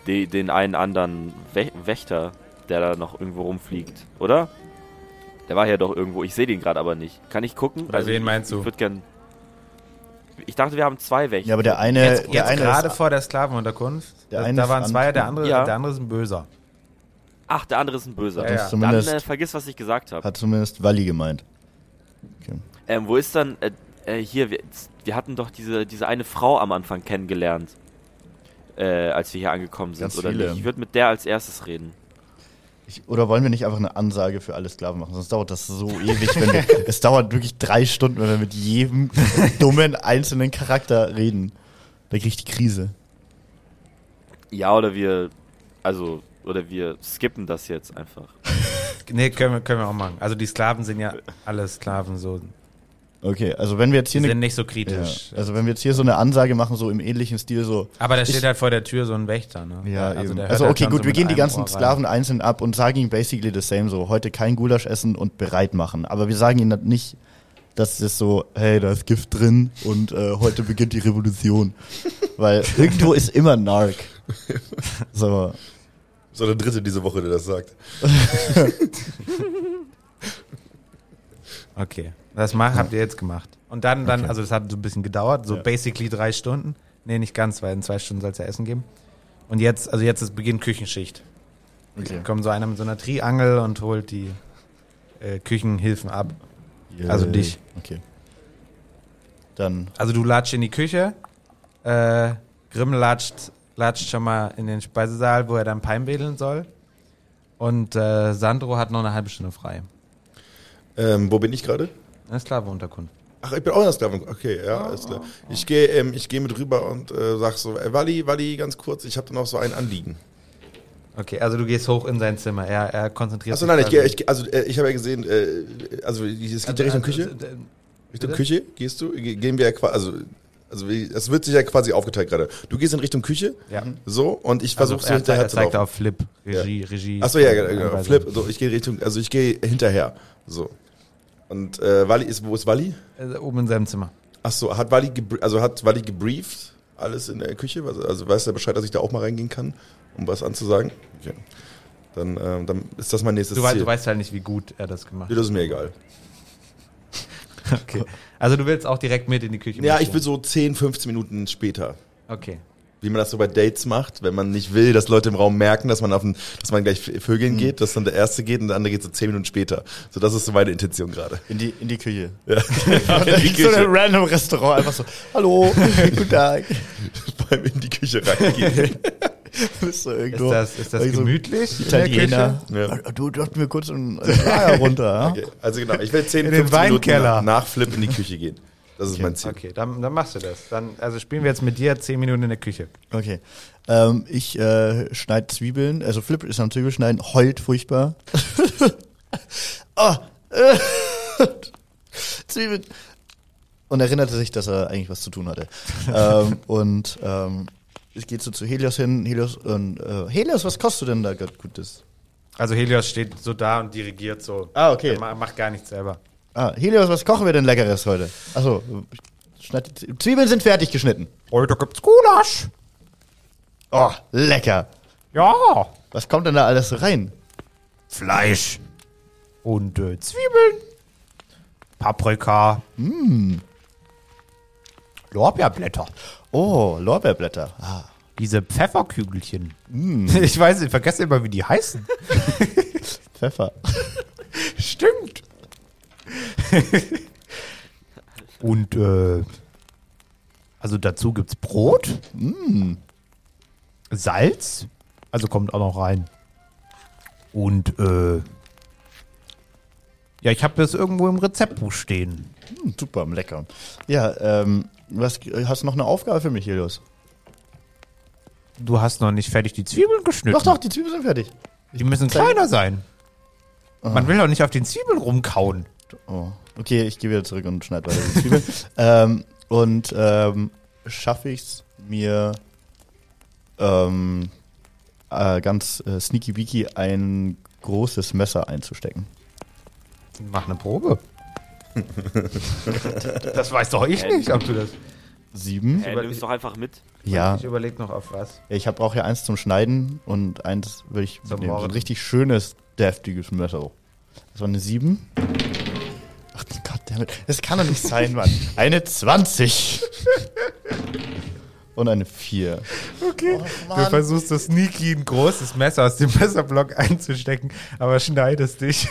[SPEAKER 4] die, den einen anderen Wäch- Wächter, der da noch irgendwo rumfliegt, oder? Der war ja doch irgendwo. Ich sehe den gerade aber nicht. Kann ich gucken? Also,
[SPEAKER 3] Oder wen meinst du?
[SPEAKER 6] Äh,
[SPEAKER 4] Ich würde gern. Ich dachte, wir haben zwei Wächter.
[SPEAKER 6] Ja, aber der eine, der
[SPEAKER 3] Jetzt
[SPEAKER 6] eine
[SPEAKER 3] gerade
[SPEAKER 6] ist,
[SPEAKER 3] vor der Sklavenunterkunft.
[SPEAKER 6] Der
[SPEAKER 3] Da-
[SPEAKER 6] eine
[SPEAKER 3] da
[SPEAKER 6] ist
[SPEAKER 3] waren zwei, der
[SPEAKER 6] Anton.
[SPEAKER 3] andere,
[SPEAKER 4] Ja.
[SPEAKER 3] der andere ist ein Böser.
[SPEAKER 4] Ach, der andere ist ein Böser.
[SPEAKER 3] Ja, ja.
[SPEAKER 6] das
[SPEAKER 4] Dann
[SPEAKER 6] zumindest
[SPEAKER 4] äh, vergiss, was ich gesagt habe.
[SPEAKER 6] hat zumindest Walli gemeint.
[SPEAKER 4] Ähm, wo ist dann. Äh, äh, hier, wir, wir hatten doch diese, diese eine Frau am Anfang kennengelernt. Äh, als wir hier angekommen sind,
[SPEAKER 6] Ganz
[SPEAKER 4] oder
[SPEAKER 6] viele.
[SPEAKER 4] nicht? Ich würde mit der als erstes reden.
[SPEAKER 6] Ich, oder wollen wir nicht einfach eine Ansage für alle Sklaven machen? Sonst dauert das so ewig. Wenn wir, es dauert wirklich drei Stunden, wenn wir mit jedem dummen einzelnen Charakter reden. Da krieg ich die Krise.
[SPEAKER 4] Ja, oder wir. Also, oder wir skippen das jetzt einfach.
[SPEAKER 3] Nee, können wir, können wir auch machen. Also die Sklaven sind ja alle Sklaven so.
[SPEAKER 6] Okay, also wenn wir jetzt
[SPEAKER 3] Die
[SPEAKER 6] hier
[SPEAKER 3] sind
[SPEAKER 6] eine,
[SPEAKER 3] nicht so
[SPEAKER 6] ja,
[SPEAKER 3] kritisch.
[SPEAKER 6] also wenn wir jetzt hier so eine Ansage machen, so im ähnlichen Stil, so
[SPEAKER 3] Aber da steht
[SPEAKER 6] Ich-
[SPEAKER 3] halt vor der Tür so ein Wächter, ne?
[SPEAKER 6] Ja,
[SPEAKER 3] der
[SPEAKER 6] also, eben.
[SPEAKER 3] hört
[SPEAKER 6] also
[SPEAKER 3] halt
[SPEAKER 6] okay,
[SPEAKER 3] schon
[SPEAKER 6] gut,
[SPEAKER 3] so
[SPEAKER 6] wir
[SPEAKER 3] mit
[SPEAKER 6] gehen die
[SPEAKER 3] einem Ohr
[SPEAKER 6] ganzen
[SPEAKER 3] rein.
[SPEAKER 6] Sklaven einzeln ab und sagen ihnen basically the same so, heute kein Gulasch essen und bereit machen. Aber wir sagen ihnen das nicht, dass es so, hey, da ist Gift drin und äh, heute beginnt die Revolution. Weil irgendwo ist immer Narc. So,
[SPEAKER 5] So der Dritte diese Woche, der das sagt.
[SPEAKER 3] Okay. Das mach, habt ihr jetzt gemacht. Und dann, dann, also es hat so ein bisschen gedauert, so
[SPEAKER 6] Ja.
[SPEAKER 3] basically drei Stunden. Nee, nicht ganz, weil in zwei Stunden soll es ja Essen geben. Und jetzt, also jetzt ist Beginn Küchenschicht.
[SPEAKER 6] okay.
[SPEAKER 3] Dann kommt so einer mit so einer Triangel und holt die äh, Küchenhilfen ab. Also dich.
[SPEAKER 6] Okay. Dann,
[SPEAKER 3] Also du latscht in die Küche, äh, Grimm latscht, latscht schon mal in den Speisesaal, wo er dann Palmwedeln soll. Und äh, Sandro hat noch eine halbe Stunde frei.
[SPEAKER 5] Ähm, wo bin ich gerade?
[SPEAKER 3] Eine Sklaveunterkunft.
[SPEAKER 5] Ach, ich bin auch in der Sklaven. Okay,
[SPEAKER 3] Oh.
[SPEAKER 5] ja, alles klar. Ich gehe ähm, ich geh mit rüber und äh, sag so, äh, Walli, Walli, ganz kurz, ich habe da noch so ein Anliegen.
[SPEAKER 3] Okay, also du gehst hoch in sein Zimmer. Er, er konzentriert
[SPEAKER 5] Achso, nein, ich,
[SPEAKER 3] quasi-
[SPEAKER 5] geh- ich geh- also äh, ich habe ja gesehen, äh, also es geht ja Richtung Küche.
[SPEAKER 3] äh,
[SPEAKER 5] Richtung
[SPEAKER 3] Bitte?
[SPEAKER 5] Küche gehst du? Ge- Gehen wir ja quasi, also, also wie- es wird sich ja quasi aufgeteilt gerade. Du gehst in Richtung Küche,
[SPEAKER 3] Ja.
[SPEAKER 5] so, und ich
[SPEAKER 3] Also
[SPEAKER 5] versuche so
[SPEAKER 3] er, zeigt-
[SPEAKER 5] Mhm. hinterher
[SPEAKER 3] er
[SPEAKER 5] zu
[SPEAKER 3] zeigt
[SPEAKER 5] laufen.
[SPEAKER 3] auf Flip, Regie, Regie.
[SPEAKER 5] Achso, ja, genau, genau.
[SPEAKER 3] Anweisung.
[SPEAKER 5] Flip, so, ich gehe Richtung, also ich gehe hinterher, so. Und äh, Wally ist, wo ist Wally?
[SPEAKER 3] Äh, Oben in seinem Zimmer.
[SPEAKER 5] Achso, hat Wally, gebr- also hat Wally gebrieft, alles in der Küche? Was- Also weiß er Bescheid, dass ich da auch mal reingehen kann, um was anzusagen? Okay. Dann, ähm, dann ist das mein nächstes
[SPEAKER 3] Du, wei-
[SPEAKER 5] Ziel.
[SPEAKER 3] du weißt halt nicht, wie gut er das gemacht
[SPEAKER 5] Nee,
[SPEAKER 3] hat.
[SPEAKER 5] das ist mir egal.
[SPEAKER 3] Okay. Also du willst auch direkt mit in die Küche.
[SPEAKER 5] Ja, ich
[SPEAKER 3] marschieren.
[SPEAKER 5] will so 10, 15 Minuten später.
[SPEAKER 3] Okay.
[SPEAKER 5] wie man das so bei Dates macht, wenn man nicht will, dass Leute im Raum merken, dass man auf den, dass man gleich
[SPEAKER 3] Mhm.
[SPEAKER 5] vögeln geht, dass dann der erste geht und der andere geht so zehn Minuten später. So, das ist so meine Intention gerade.
[SPEAKER 6] in die, in die Küche.
[SPEAKER 5] In die
[SPEAKER 6] So ein
[SPEAKER 5] Küche,
[SPEAKER 6] random Restaurant, einfach so, hallo, guten Tag.
[SPEAKER 5] beim in die Küche reingehen.
[SPEAKER 6] Bist du
[SPEAKER 3] Ist
[SPEAKER 6] irgendwo,
[SPEAKER 3] das, ist das
[SPEAKER 5] also
[SPEAKER 6] irgendwo
[SPEAKER 3] gemütlich? in der Küche?
[SPEAKER 6] Italiener.
[SPEAKER 5] Ja.
[SPEAKER 6] Du dürft mir kurz einen Eier runter, ja?
[SPEAKER 5] Okay, also genau, ich will zehn,
[SPEAKER 3] In den
[SPEAKER 5] 15 Minuten
[SPEAKER 3] Weinkeller.
[SPEAKER 5] nach, nach Flip in die Küche gehen. Das ist mein Ziel.
[SPEAKER 3] Okay, dann, dann machst du das. Dann, also spielen wir jetzt mit dir zehn Minuten in der Küche.
[SPEAKER 6] Okay. Ähm, ich äh, schneide Zwiebeln, also Flip ist am Zwiebelschneiden, heult furchtbar. oh, äh, Zwiebeln. Und erinnerte sich, dass er eigentlich was zu tun hatte. ähm, und ähm, ich gehe so zu Helios hin. Helios, und, äh, Helios, was kostet du denn da gerade Gutes?
[SPEAKER 3] Also Helios steht so da und dirigiert so.
[SPEAKER 6] Ah, okay.
[SPEAKER 3] Er ma- macht gar nichts selber.
[SPEAKER 6] Ah, Helios, was kochen wir denn Leckeres heute? Achso, schneid die Zwie- Zwiebeln sind fertig geschnitten.
[SPEAKER 3] Heute gibt's Gulasch.
[SPEAKER 6] Oh, lecker.
[SPEAKER 3] Ja.
[SPEAKER 6] Was kommt denn da alles rein?
[SPEAKER 7] Fleisch.
[SPEAKER 3] Und äh, Zwiebeln.
[SPEAKER 7] Paprika.
[SPEAKER 3] Lorbeerblätter.
[SPEAKER 6] Oh, Lorbeerblätter. Ah,
[SPEAKER 3] Diese Pfefferkügelchen.
[SPEAKER 6] Mm.
[SPEAKER 3] Ich weiß, ich vergesse immer, wie die heißen.
[SPEAKER 6] Pfeffer.
[SPEAKER 3] Stimmt. Und äh, also dazu gibt's Brot, Mm. Salz, also kommt auch noch rein. Und äh, ja, ich habe das irgendwo im Rezeptbuch stehen.
[SPEAKER 6] Hm, super, lecker. Ja, ähm, was, hast du noch eine Aufgabe für mich, Helios?
[SPEAKER 3] Du hast noch nicht fertig die Zwiebeln geschnitten.
[SPEAKER 6] Doch, doch, die Zwiebeln sind fertig.
[SPEAKER 3] Die müssen kleiner sein. Man will doch nicht auf den Zwiebeln rumkauen.
[SPEAKER 6] Oh. Okay, ich gehe wieder zurück und schneide weiter die Zwiebeln. ähm, und ähm, schaffe ich es mir ähm, äh, ganz äh, sneaky beaky ein großes Messer einzustecken.
[SPEAKER 3] Mach eine Probe. das weiß doch ich nicht, ob du das.
[SPEAKER 6] Sieben?
[SPEAKER 4] Hey, nimm es Äh, doch einfach mit.
[SPEAKER 6] Ja,
[SPEAKER 8] Ich überlege noch auf was.
[SPEAKER 6] ich hab- brauche ja eins zum Schneiden und eins will ich mitnehmen. So ein
[SPEAKER 8] Morden.
[SPEAKER 6] richtig schönes, deftiges Messer. Das war eine sieben. Ach Gott, damit. Das kann doch nicht sein, Mann. Eine 20. Und eine 4.
[SPEAKER 3] Okay. du versuchst so sneaky ein großes Messer aus dem Messerblock einzustecken, aber schneidest dich.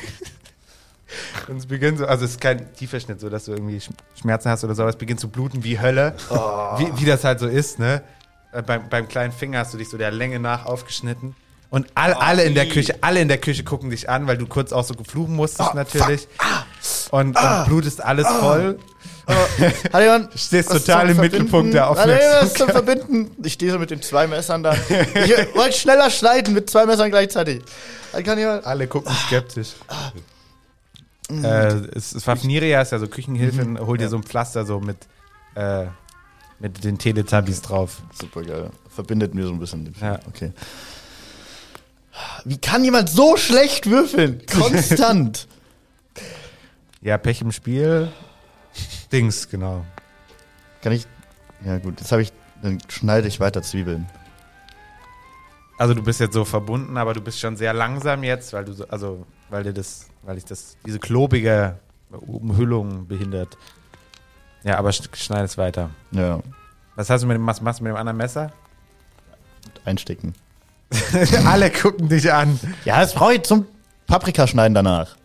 [SPEAKER 3] Und es beginnt so, also es ist kein tiefer Schnitt, so dass du irgendwie Sch- Schmerzen hast oder so, aber es beginnt zu bluten wie Hölle.
[SPEAKER 8] Oh.
[SPEAKER 3] Wie, wie das halt so ist, ne? Äh, Beim, beim kleinen Finger hast du dich so der Länge nach aufgeschnitten. Und
[SPEAKER 8] Oh,
[SPEAKER 3] all, alle in der Küche, alle in der Küche gucken dich an, weil du kurz auch so gefluchen
[SPEAKER 8] Oh,
[SPEAKER 3] musstest natürlich.
[SPEAKER 8] Ah.
[SPEAKER 3] Und, und blutest alles voll.
[SPEAKER 6] Halion,
[SPEAKER 3] Stehst
[SPEAKER 6] was
[SPEAKER 3] total
[SPEAKER 6] zum
[SPEAKER 3] im
[SPEAKER 6] Verbinden?
[SPEAKER 3] Mittelpunkt der
[SPEAKER 6] Halion, was zum
[SPEAKER 3] Aufmerksamkeit.
[SPEAKER 6] Verbinden. Ich stehe so mit den zwei Messern da. Ich wollte schneller schneiden mit zwei Messern gleichzeitig. Dann kann jemand. Ah,
[SPEAKER 3] Alle gucken skeptisch. äh, es, es war Niria ist Mhm. ja so Küchenhilfe, und hol dir so ein Pflaster so mit, äh, mit den Teletubbies drauf.
[SPEAKER 6] Super geil. Verbindet mir so ein bisschen. den
[SPEAKER 3] Ja.
[SPEAKER 6] Film. Okay. Wie kann jemand so schlecht würfeln? Konstant.
[SPEAKER 3] Ja, Pech im Spiel. Dings, genau.
[SPEAKER 6] kann ich. Ja, gut. Jetzt habe ich. Dann schneide ich weiter Zwiebeln.
[SPEAKER 3] Also du bist jetzt so verbunden, aber du bist schon sehr langsam jetzt, weil du so, also weil dir das, weil ich das, diese klobige Umhüllung behindert. Ja, aber sch schneid es weiter.
[SPEAKER 6] Ja.
[SPEAKER 3] Was hast du mit dem, was machst du mit dem anderen Messer?
[SPEAKER 6] Einstecken.
[SPEAKER 3] Alle gucken dich an.
[SPEAKER 6] Ja, das brauche ich zum Paprikaschneiden danach.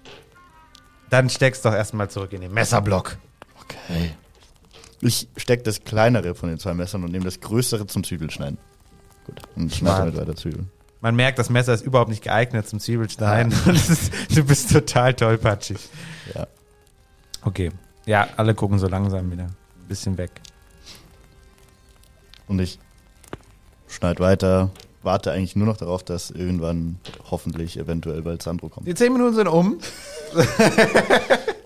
[SPEAKER 3] Dann steckst doch erstmal zurück in den Messerblock.
[SPEAKER 6] Okay. Ich stecke das kleinere von den zwei Messern und nehme das größere zum Zwiebelschneiden. Gut. Und schneide
[SPEAKER 3] Smart.
[SPEAKER 6] damit weiter Zwiebeln.
[SPEAKER 3] Man merkt, das Messer ist überhaupt nicht geeignet zum Zwiebelschneiden. Das ist- du bist total tollpatschig.
[SPEAKER 6] Ja.
[SPEAKER 3] Okay. Ja, alle gucken so langsam wieder. Ein bisschen weg.
[SPEAKER 6] Und ich schneide weiter, warte eigentlich nur noch darauf, dass irgendwann hoffentlich eventuell bald Sandro kommt.
[SPEAKER 3] Die zehn Minuten sind um.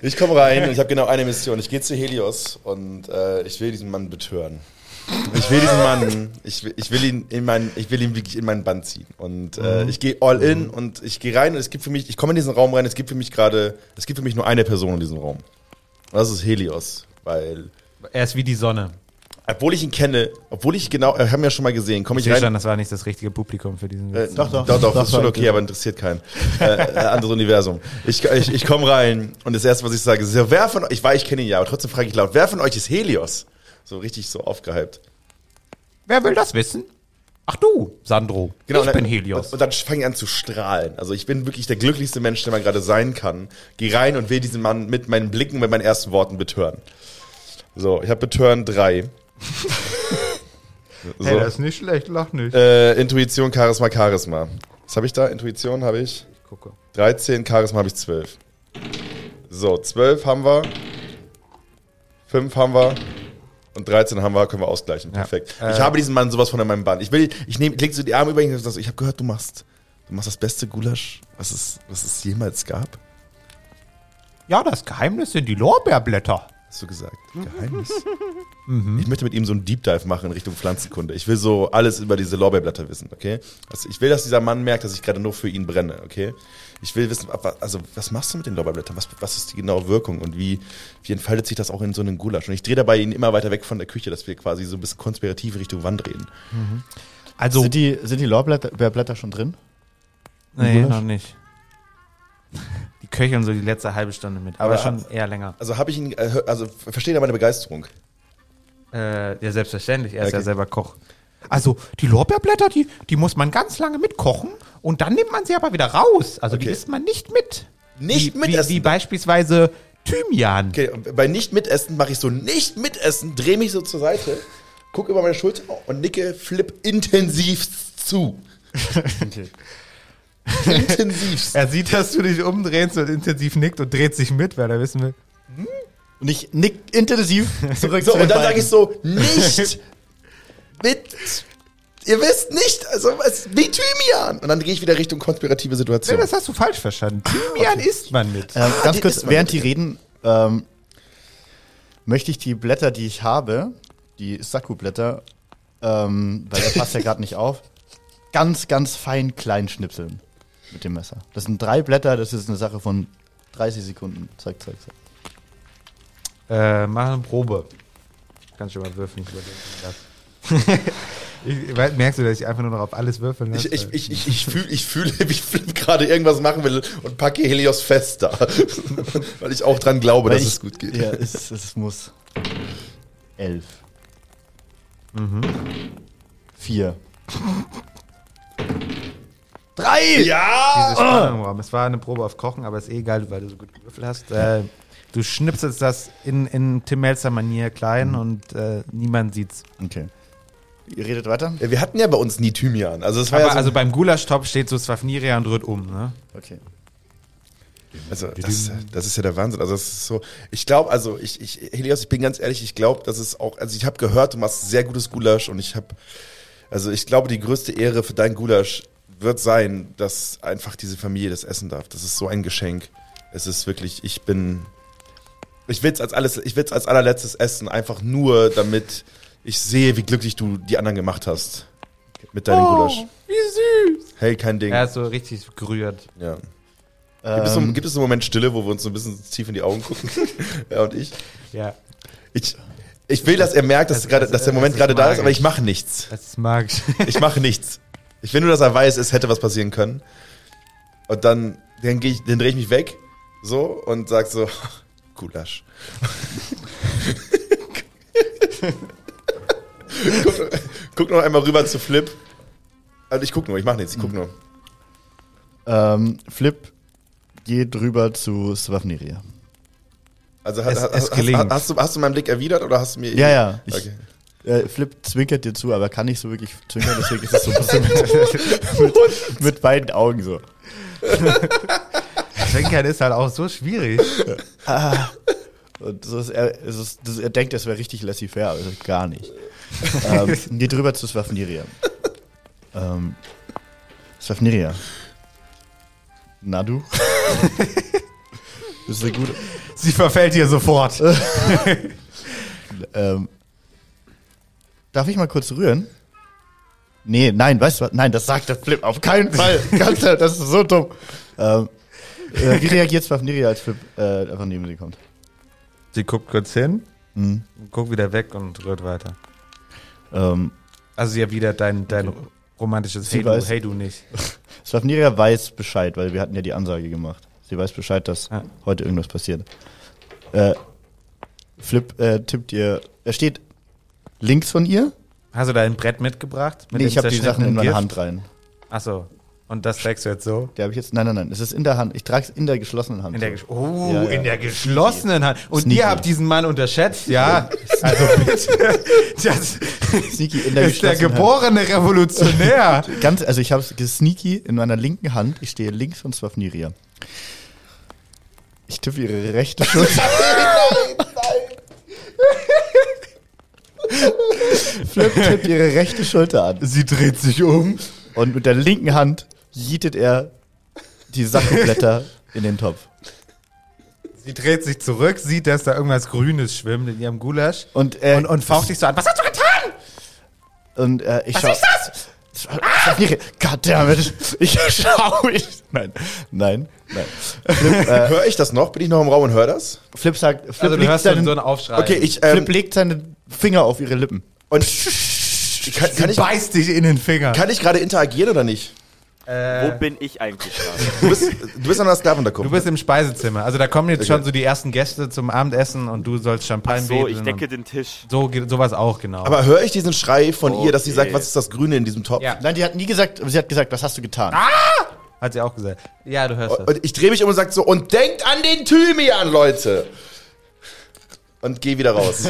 [SPEAKER 5] Ich komme rein und ich habe genau eine Mission. Ich gehe zu Helios und äh, ich will diesen Mann betören. Ich will diesen Mann, ich will, ich will ihn in meinen, ich will ihn wirklich in meinen Bann ziehen. Und äh,
[SPEAKER 3] Mhm.
[SPEAKER 5] ich gehe all in und ich gehe rein und es gibt für mich, ich komme in diesen Raum rein, es gibt für mich gerade, es gibt für mich nur eine Person in diesem Raum. Und das ist Helios, weil
[SPEAKER 3] Er ist wie die Sonne.
[SPEAKER 5] obwohl ich ihn kenne, obwohl ich genau, äh, haben wir ja schon mal gesehen, komme
[SPEAKER 3] Ich
[SPEAKER 5] ich
[SPEAKER 3] sehe
[SPEAKER 5] rein.
[SPEAKER 3] schon, das war nicht das richtige Publikum für diesen
[SPEAKER 5] Äh,
[SPEAKER 3] Witz.
[SPEAKER 5] doch, doch, doch, das ist schon okay, aber interessiert keinen. Äh, äh, anderes Universum. Ich, ich, ich komme rein und das erste, was ich sage, ist, ja, wer von euch, ich weiß, ich kenne ihn ja, aber trotzdem frage ich laut, wer von euch ist Helios? So richtig so aufgehypt.
[SPEAKER 3] Wer will das wissen? Ach du, Sandro.
[SPEAKER 5] Genau, und
[SPEAKER 3] ich
[SPEAKER 5] dann-
[SPEAKER 3] bin Helios.
[SPEAKER 5] Und, und dann fange ich an zu strahlen. Also ich bin wirklich der glücklichste Mensch, der man gerade sein kann. Geh rein und will diesen Mann mit meinen Blicken, mit meinen ersten Worten betören. So, ich habe betören drei. so.
[SPEAKER 3] ist nicht schlecht, lach nicht.
[SPEAKER 5] äh, Intuition, Charisma, Charisma. Was habe ich da? Intuition habe ich.
[SPEAKER 3] Gucke.
[SPEAKER 5] 13, Charisma habe ich 12. So, 12 haben wir. 5 haben wir. Und 13 haben wir, können wir ausgleichen. Perfekt.
[SPEAKER 3] Äh,
[SPEAKER 5] ich habe diesen Mann sowas von in meinem Band. Ich will, ich nehme, ich leg so die Arme über ihn und sag so, ich habe gehört, du machst, du machst das beste Gulasch, was es, was es jemals gab.
[SPEAKER 3] Ja, das Geheimnis sind die Lorbeerblätter.
[SPEAKER 5] Hast du gesagt? Geheimnis. Mhm. Ich möchte mit ihm so einen Deep Dive machen in Richtung Pflanzenkunde. Ich will so alles über diese Lorbeerblätter wissen, okay? Also ich will, dass dieser Mann merkt, dass ich gerade nur für ihn brenne, okay? Ich will wissen, ab- also was machst du mit den Lorbeerblättern? Was, was ist die genaue Wirkung und wie, wie entfaltet sich das auch in so einem Gulasch? Und ich drehe dabei ihn immer weiter weg von der Küche, dass wir quasi so ein bisschen konspirativ in Richtung Wand reden.
[SPEAKER 3] Also,
[SPEAKER 6] Sind die, sind die Lorbeerblätter Blätter schon drin?
[SPEAKER 3] nee, noch nicht. Die köcheln so die letzte halbe Stunde mit, aber,
[SPEAKER 5] Aber-
[SPEAKER 3] schon eher länger.
[SPEAKER 5] Also habe ich ihn, äh, also versteht er meine Begeisterung?
[SPEAKER 3] Äh, ja, selbstverständlich. Er ist
[SPEAKER 5] Okay.
[SPEAKER 3] ja selber Koch. Also die Lorbeerblätter, die, die muss man ganz lange mitkochen und dann nimmt man sie aber wieder raus. Also die
[SPEAKER 5] Okay.
[SPEAKER 3] isst man nicht mit.
[SPEAKER 5] Nicht
[SPEAKER 3] wie,
[SPEAKER 5] mitessen.
[SPEAKER 3] Wie, wie beispielsweise Thymian.
[SPEAKER 5] Okay, und bei Nicht-Mitessen mache ich so Nicht-Mitessen, drehe mich so zur Seite, gucke über meine Schulter und nicke Flip intensiv zu. Intensivst.
[SPEAKER 3] Er sieht, dass du dich umdrehst und intensiv nickt und dreht sich mit, weil er wissen will.
[SPEAKER 6] Und ich nick intensiv zurück
[SPEAKER 5] So,
[SPEAKER 6] zu
[SPEAKER 5] und
[SPEAKER 6] den
[SPEAKER 5] dann sage
[SPEAKER 6] beiden.
[SPEAKER 5] ich so, nicht mit, ihr wisst nicht, also was, wie Thymian. Und dann gehe ich wieder Richtung konspirative
[SPEAKER 3] Nee,
[SPEAKER 5] Situation.
[SPEAKER 3] das hast du falsch verstanden. Thymian isst man mit.
[SPEAKER 6] Ähm, ganz
[SPEAKER 5] den
[SPEAKER 6] kurz,
[SPEAKER 5] isst man
[SPEAKER 6] während die
[SPEAKER 5] nicht.
[SPEAKER 6] reden, ähm, möchte ich die Blätter, die ich habe, die Sakku-Blätter, ähm, weil der passt ja gerade nicht auf, ganz, ganz fein klein schnipseln mit dem Messer. Das sind drei Blätter, das ist eine Sache von 30 Sekunden. Zack, zack, zack.
[SPEAKER 3] Äh, mach eine Probe. Kannst du mal würfeln. Ich überlege mir das. ich, weil- merkst du, dass ich einfach nur noch auf alles würfeln lasse?
[SPEAKER 5] Ich, ich, ich, ich, ich fühle, ich fühle, wie Flip gerade irgendwas machen will und packe Helios fest da. Weil ich auch dran glaube,
[SPEAKER 6] Weil
[SPEAKER 5] dass
[SPEAKER 6] ich-
[SPEAKER 5] es gut geht.
[SPEAKER 6] Ja, es, es muss. Elf. Mhm. Vier.
[SPEAKER 3] Drei! Ja! Diese Spannung im Raum. Es war eine Probe auf Kochen, aber ist eh egal, weil du so gut gewürfelt hast. Äh, du schnipselst das in, in Tim Melzer Manier klein und äh, niemand sieht's.
[SPEAKER 6] Okay. Ihr redet weiter?
[SPEAKER 5] Ja, Äh, wir hatten ja bei uns nie Thymian. Also es war
[SPEAKER 3] Aber
[SPEAKER 5] ja so,
[SPEAKER 3] also beim Gulaschtopf steht so Swafniria und rührt um, ne?
[SPEAKER 6] Okay.
[SPEAKER 5] Also das, das ist ja der Wahnsinn. Also das ist so. Ich glaube, also ich, ich, Helios, ich bin ganz ehrlich, ich glaube, dass es auch. Also ich habe gehört, du machst sehr gutes Gulasch und ich habe, also ich glaube, die größte Ehre für dein Gulasch wird sein, dass einfach diese Familie das essen darf. Das ist so ein Geschenk. Es ist wirklich. Ich bin. Ich will's als alles. Ich will's als allerletztes essen, einfach nur, damit ich sehe, wie glücklich du die anderen gemacht hast mit deinem
[SPEAKER 3] Oh.
[SPEAKER 5] Gulasch.
[SPEAKER 3] wie süß!
[SPEAKER 5] Hey, kein Ding.
[SPEAKER 3] Er
[SPEAKER 5] Ja.
[SPEAKER 3] ist so richtig gerührt.
[SPEAKER 5] Gibt, es so,
[SPEAKER 6] Ähm,
[SPEAKER 5] gibt es so einen Moment Stille, wo wir uns so ein bisschen tief in die Augen gucken? er und ich.
[SPEAKER 3] Ja,
[SPEAKER 5] Ich, ich will, dass er merkt, dass,
[SPEAKER 3] Es-
[SPEAKER 5] gerade,
[SPEAKER 3] es-
[SPEAKER 5] dass der
[SPEAKER 3] es
[SPEAKER 5] Moment
[SPEAKER 3] Also ist
[SPEAKER 5] gerade da ist,
[SPEAKER 3] magisch.
[SPEAKER 5] aber ich mache nichts.
[SPEAKER 3] das ist magisch.
[SPEAKER 5] Ich mache nichts. Ich will nur, dass er weiß, es hätte was passieren können. Und dann, dann, geh ich, dann drehe ich mich weg, so, und sag so, Gulasch. guck, guck noch einmal rüber zu Flip. Also ich guck nur, ich mache nichts, ich
[SPEAKER 3] Hm.
[SPEAKER 5] guck nur.
[SPEAKER 6] Ähm, Flip geht rüber zu Swafniria.
[SPEAKER 5] Also ha-
[SPEAKER 3] Es-
[SPEAKER 5] ha-
[SPEAKER 3] es
[SPEAKER 5] ha-
[SPEAKER 3] gelingt.
[SPEAKER 5] hast, hast, du, hast du meinen Blick erwidert oder hast du mir...
[SPEAKER 6] Ja, ja. Ich,
[SPEAKER 5] Okay.
[SPEAKER 6] äh, Flip zwinkert dir zu, aber kann nicht so wirklich zwinkern, deswegen ist es so ein bisschen mit, mit, mit beiden Augen so.
[SPEAKER 3] Trinkern ist halt auch so schwierig.
[SPEAKER 6] Und so ist er, es ist, das, er denkt, das wäre richtig laissez-faire, aber das ist gar nicht. ähm, geht rüber zu Swafniria. Ähm, Swafniria. Na du? das ist eine gute.
[SPEAKER 3] Sie verfällt hier sofort.
[SPEAKER 6] Ähm, darf ich mal kurz rühren? Nee, nein, weißt du was? Nein, das sagt der Flip auf keinen Fall. Ganz, ehrlich, das ist so dumm. Ähm, äh, wie reagiert Swafniri, als Flip äh, einfach neben sie kommt?
[SPEAKER 3] Sie guckt kurz hin,
[SPEAKER 6] Mhm.
[SPEAKER 3] guckt wieder weg und rührt weiter.
[SPEAKER 6] Ähm,
[SPEAKER 3] Also sie erwidert dein, dein romantisches
[SPEAKER 6] Sie
[SPEAKER 3] Hey du,
[SPEAKER 6] weiß-
[SPEAKER 3] hey du nicht.
[SPEAKER 6] Swafniri weiß Bescheid, weil wir hatten ja die Ansage gemacht. Sie weiß Bescheid, dass
[SPEAKER 3] Ja.
[SPEAKER 6] heute irgendwas passiert. Äh, Flip äh, tippt ihr. Er steht links von ihr.
[SPEAKER 3] Hast du dein Brett mitgebracht?
[SPEAKER 6] nee, ich habe die Sachen in meine
[SPEAKER 3] meiner
[SPEAKER 6] Hand rein.
[SPEAKER 3] Achso. Und das trägst du jetzt so?
[SPEAKER 6] Die habe ich jetzt. Nein, nein, nein. Es ist in der Hand. Ich trage es in der geschlossenen Hand.
[SPEAKER 3] In der,
[SPEAKER 6] So.
[SPEAKER 3] gesch- oh,
[SPEAKER 6] Ja, ja.
[SPEAKER 3] in der geschlossenen Hand. Und
[SPEAKER 6] Sneaky.
[SPEAKER 3] ihr habt diesen Mann unterschätzt, ja. Also bitte. Das
[SPEAKER 6] Sneaky in der
[SPEAKER 3] ist der
[SPEAKER 6] geschlossenen Hand.
[SPEAKER 3] geborene Revolutionär.
[SPEAKER 6] Ganz, also ich habe es sneaky in meiner linken Hand. Ich stehe links von Swafniria. Ich tippe ihre rechte Schulter. Flip tippt ihre rechte Schulter an.
[SPEAKER 3] Sie dreht sich um.
[SPEAKER 6] Und mit der linken Hand jietet er die Sackblätter in den Topf.
[SPEAKER 3] Sie dreht sich zurück, sieht, dass da irgendwas Grünes schwimmt in ihrem Gulasch.
[SPEAKER 6] Und, äh,
[SPEAKER 3] und, und faucht dich so an. Was hast du getan?
[SPEAKER 6] Und äh, ich schau. Was ist das? Swafniria, goddammit. Ich schau mich. Nein, nein, nein. Flip, äh,
[SPEAKER 5] Höre ich das noch? Bin ich noch im Raum und höre das?
[SPEAKER 6] Flip sagt, Flip
[SPEAKER 3] Also du
[SPEAKER 6] legt
[SPEAKER 3] hörst so
[SPEAKER 6] seinen-
[SPEAKER 3] so einen Aufschrei.
[SPEAKER 5] Okay, ich...
[SPEAKER 6] Flip
[SPEAKER 5] Ähm,
[SPEAKER 6] legt seine Finger auf ihre Lippen.
[SPEAKER 5] und kann, kann ich...
[SPEAKER 3] beißt dich in den Finger.
[SPEAKER 5] Kann ich gerade interagieren oder nicht?
[SPEAKER 3] Äh.
[SPEAKER 4] Wo bin ich eigentlich gerade?
[SPEAKER 5] Du bist, du bist an der Sklavenunterkunft.
[SPEAKER 3] Du bist im Speisezimmer. Also da kommen jetzt schon so die ersten Gäste zum Abendessen und du sollst Champagner
[SPEAKER 4] So, ich
[SPEAKER 3] wedeln
[SPEAKER 4] decke den Tisch.
[SPEAKER 3] und so geht sowas auch genau.
[SPEAKER 5] Aber höre ich diesen Schrei von ihr, dass sie sagt,
[SPEAKER 4] Okay.
[SPEAKER 5] was ist das Grüne in diesem Topf?
[SPEAKER 3] Ja.
[SPEAKER 6] Nein, die hat nie gesagt, sie hat gesagt, was hast du getan?
[SPEAKER 3] Ah! Hat sie auch gesagt. Ja, du hörst das.
[SPEAKER 5] Und ich drehe mich um und sage so, und denkt an den Thymian, Leute! Und gehe wieder raus.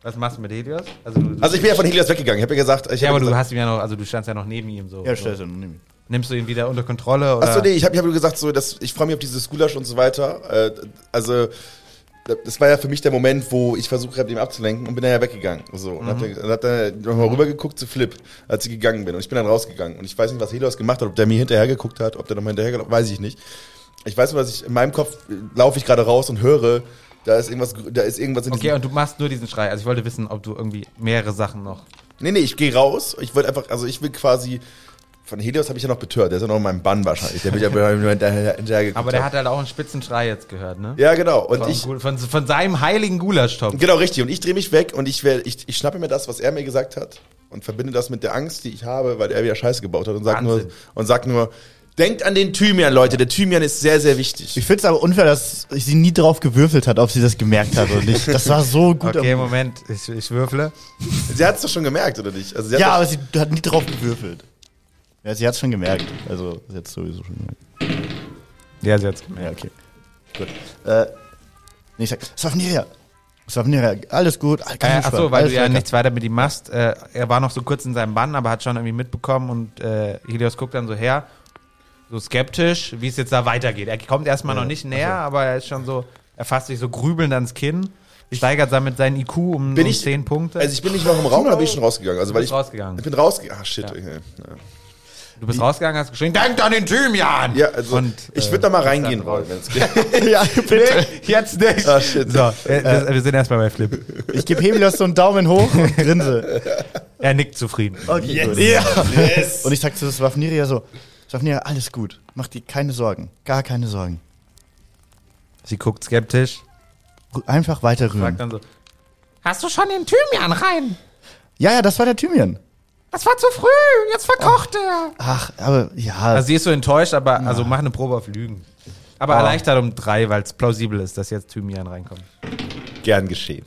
[SPEAKER 3] Was machst du mit Helios? Also, du,
[SPEAKER 5] Also ich bin ja von Helios weggegangen. Ich habe ja gesagt, ich
[SPEAKER 3] ja,
[SPEAKER 5] hab
[SPEAKER 3] aber du
[SPEAKER 5] gesagt,
[SPEAKER 3] hast ihm ja noch, also du standst ja noch neben ihm so.
[SPEAKER 6] Ja,
[SPEAKER 3] so.
[SPEAKER 6] stell's hin, nimm ihn.
[SPEAKER 3] Nimmst du ihn wieder unter Kontrolle oder?
[SPEAKER 5] Achso, nee, ich habe ich hab gesagt, so, dass ich freue mich auf dieses Gulasch und so weiter. Äh, also, das war ja für mich der Moment, wo ich versucht habe, dem abzulenken und bin dann ja weggegangen. So, und
[SPEAKER 3] Mhm.
[SPEAKER 5] hab dann, dann hat er nochmal rübergeguckt zu Flip, als ich gegangen bin. Und ich bin dann rausgegangen. Und ich weiß nicht, was Helios gemacht hat, ob der mir hinterhergeguckt hat, ob der nochmal hinterhergelaufen weiß ich nicht. Ich weiß nur, dass ich in meinem Kopf äh, laufe ich gerade raus und höre, da ist irgendwas, gr- da ist irgendwas in
[SPEAKER 3] Okay, und du machst nur diesen Schrei. Also ich wollte wissen, ob du irgendwie mehrere Sachen noch.
[SPEAKER 5] Nee, nee, ich gehe raus. Ich wollte einfach, also ich will quasi. Von Helios habe ich ja noch betört. Der ist ja noch in meinem Bann wahrscheinlich. Der wird ja hinterher hinterhergeguckt
[SPEAKER 3] Aber der
[SPEAKER 5] haben.
[SPEAKER 3] hat halt auch einen spitzen Schrei jetzt gehört, ne?
[SPEAKER 5] Ja, genau. Und
[SPEAKER 3] Von,
[SPEAKER 5] ich.
[SPEAKER 3] von, von seinem heiligen Gulaschtopf.
[SPEAKER 5] Genau, richtig. Und ich drehe mich weg und ich, werd, ich, ich schnappe mir das, was er mir gesagt hat und verbinde das mit der Angst, die ich habe, weil er wieder Scheiße gebaut hat und sagt nur,
[SPEAKER 3] Wahnsinn.
[SPEAKER 5] und sagt nur, denkt an den Thymian, Leute. Der Thymian ist sehr, sehr wichtig.
[SPEAKER 6] Ich find's aber unfair, dass sie nie drauf gewürfelt hat, ob sie das gemerkt hat oder nicht. Das war so gut.
[SPEAKER 3] Okay,
[SPEAKER 6] am-
[SPEAKER 3] Moment, ich, ich würfle.
[SPEAKER 5] Sie hat es doch schon gemerkt, oder nicht? Also sie hat
[SPEAKER 6] ja,
[SPEAKER 5] doch-
[SPEAKER 6] aber sie hat nie drauf gewürfelt. Ja, sie hat's schon gemerkt. Also, sie hat's sowieso schon gemerkt.
[SPEAKER 3] Ja, sie hat's
[SPEAKER 6] Ja, okay. Gut. Äh, nee, ich sag, Savniria. Savniria, alles gut. Alles
[SPEAKER 3] Äh, ach so, weil
[SPEAKER 6] alles
[SPEAKER 3] du ja
[SPEAKER 6] lecker.
[SPEAKER 3] nichts weiter mit ihm machst. Äh, er war noch so kurz in seinem Bann, aber hat schon irgendwie mitbekommen und äh, Helios guckt dann so her, so skeptisch, wie es jetzt da weitergeht. Er kommt erstmal noch nicht näher, aber er ist schon so, er fasst sich so grübelnd ans Kinn, steigert damit seinen IQ um,
[SPEAKER 5] Bin
[SPEAKER 3] um
[SPEAKER 5] ich-
[SPEAKER 3] 10 Punkte.
[SPEAKER 5] Also ich bin nicht noch im Raum oder bin ich schon rausgegangen? Also weil
[SPEAKER 3] bist
[SPEAKER 5] ich.
[SPEAKER 3] rausgegangen.
[SPEAKER 5] Ich bin rausgegangen. Ah shit. okay.
[SPEAKER 3] du bist rausgegangen, hast geschrien, denkt an den Thymian!
[SPEAKER 5] Ja, ja also
[SPEAKER 3] Und,
[SPEAKER 5] ich würde da mal reingehen wollen, wenn es geht.
[SPEAKER 6] ja, bitte.
[SPEAKER 3] Jetzt nicht!
[SPEAKER 5] Ah shit.
[SPEAKER 3] So, äh, das, wir sind erstmal bei Flip.
[SPEAKER 6] Ich gebe Helios so einen Daumen hoch und grinse.
[SPEAKER 3] Er nickt zufrieden.
[SPEAKER 6] Okay, yes. gut.
[SPEAKER 5] Yes.
[SPEAKER 6] Und ich sag zu Swafniria so, Swafniria, alles gut. Mach dir keine Sorgen. Gar keine Sorgen.
[SPEAKER 3] Sie guckt skeptisch,
[SPEAKER 6] Ru- Einfach weiter rühren.
[SPEAKER 3] fragt dann so, hast du schon den Thymian rein?
[SPEAKER 6] Ja, ja, das war der Thymian.
[SPEAKER 3] Das war zu früh, jetzt verkocht er.
[SPEAKER 6] Ach, aber ja.
[SPEAKER 3] Also sie ist so enttäuscht, aber also mach eine Probe auf Lügen. Aber erleichtert um drei, weil es plausibel ist, dass jetzt Thymian reinkommt.
[SPEAKER 5] Gern geschehen.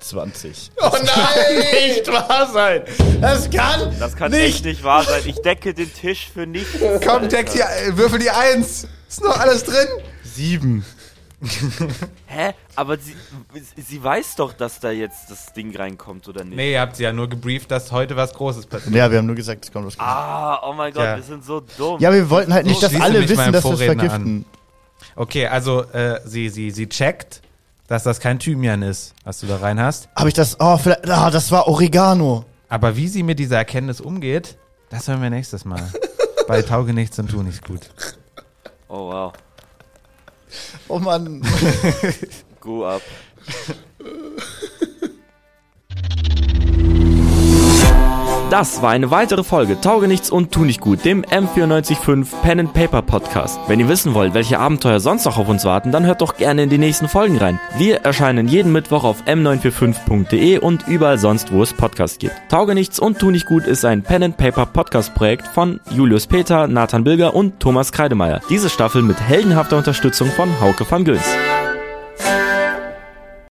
[SPEAKER 6] 20.
[SPEAKER 5] Oh nein!
[SPEAKER 6] wahr sein. Das kann.
[SPEAKER 4] Das kann echt nicht wahr sein. Ich decke den Tisch für nichts. Alter.
[SPEAKER 3] würfel die Eins. Ist noch alles drin?
[SPEAKER 6] Sieben.
[SPEAKER 4] Hä? Aber sie, sie weiß doch, dass da jetzt das Ding reinkommt, oder nicht?
[SPEAKER 3] Nee, ihr habt sie ja nur gebrieft, dass heute was Großes passiert.
[SPEAKER 6] Ja, wir haben nur gesagt, es kommt was.
[SPEAKER 4] Ah, oh mein Gott,
[SPEAKER 3] Tja.
[SPEAKER 4] wir sind so dumm.
[SPEAKER 6] Ja, wir wollten halt
[SPEAKER 3] So
[SPEAKER 6] nicht, dass
[SPEAKER 3] schließe
[SPEAKER 6] alle
[SPEAKER 3] mich meinem
[SPEAKER 6] wissen, dass wir es
[SPEAKER 3] Vorredner an.
[SPEAKER 6] vergiften.
[SPEAKER 3] Okay, also äh, sie, sie, sie checkt, dass das kein Thymian ist, was du da rein hast.
[SPEAKER 6] Habe ich das. Oh, vielleicht. Ah, das war Oregano.
[SPEAKER 3] Aber wie sie mit dieser Erkenntnis umgeht, das hören wir nächstes Mal. Bei Tauge nichts und tu nichts gut.
[SPEAKER 4] Oh wow.
[SPEAKER 6] Oh Mann.
[SPEAKER 4] Go up. Das war eine weitere Folge Tauge nichts und tu nicht gut, dem M945 Pen and Paper Podcast. Wenn ihr wissen wollt, welche Abenteuer sonst noch auf uns warten, dann hört doch gerne in die nächsten Folgen rein. Wir erscheinen jeden Mittwoch auf m945.de und überall sonst, wo es Podcasts gibt. Tauge nichts und tu nicht gut ist ein Pen and Paper Podcast Projekt von Julius Peter, Nathan Bilger und Thomas Kreidemeier. Diese Staffel mit heldenhafter Unterstützung von Hauke van Göns.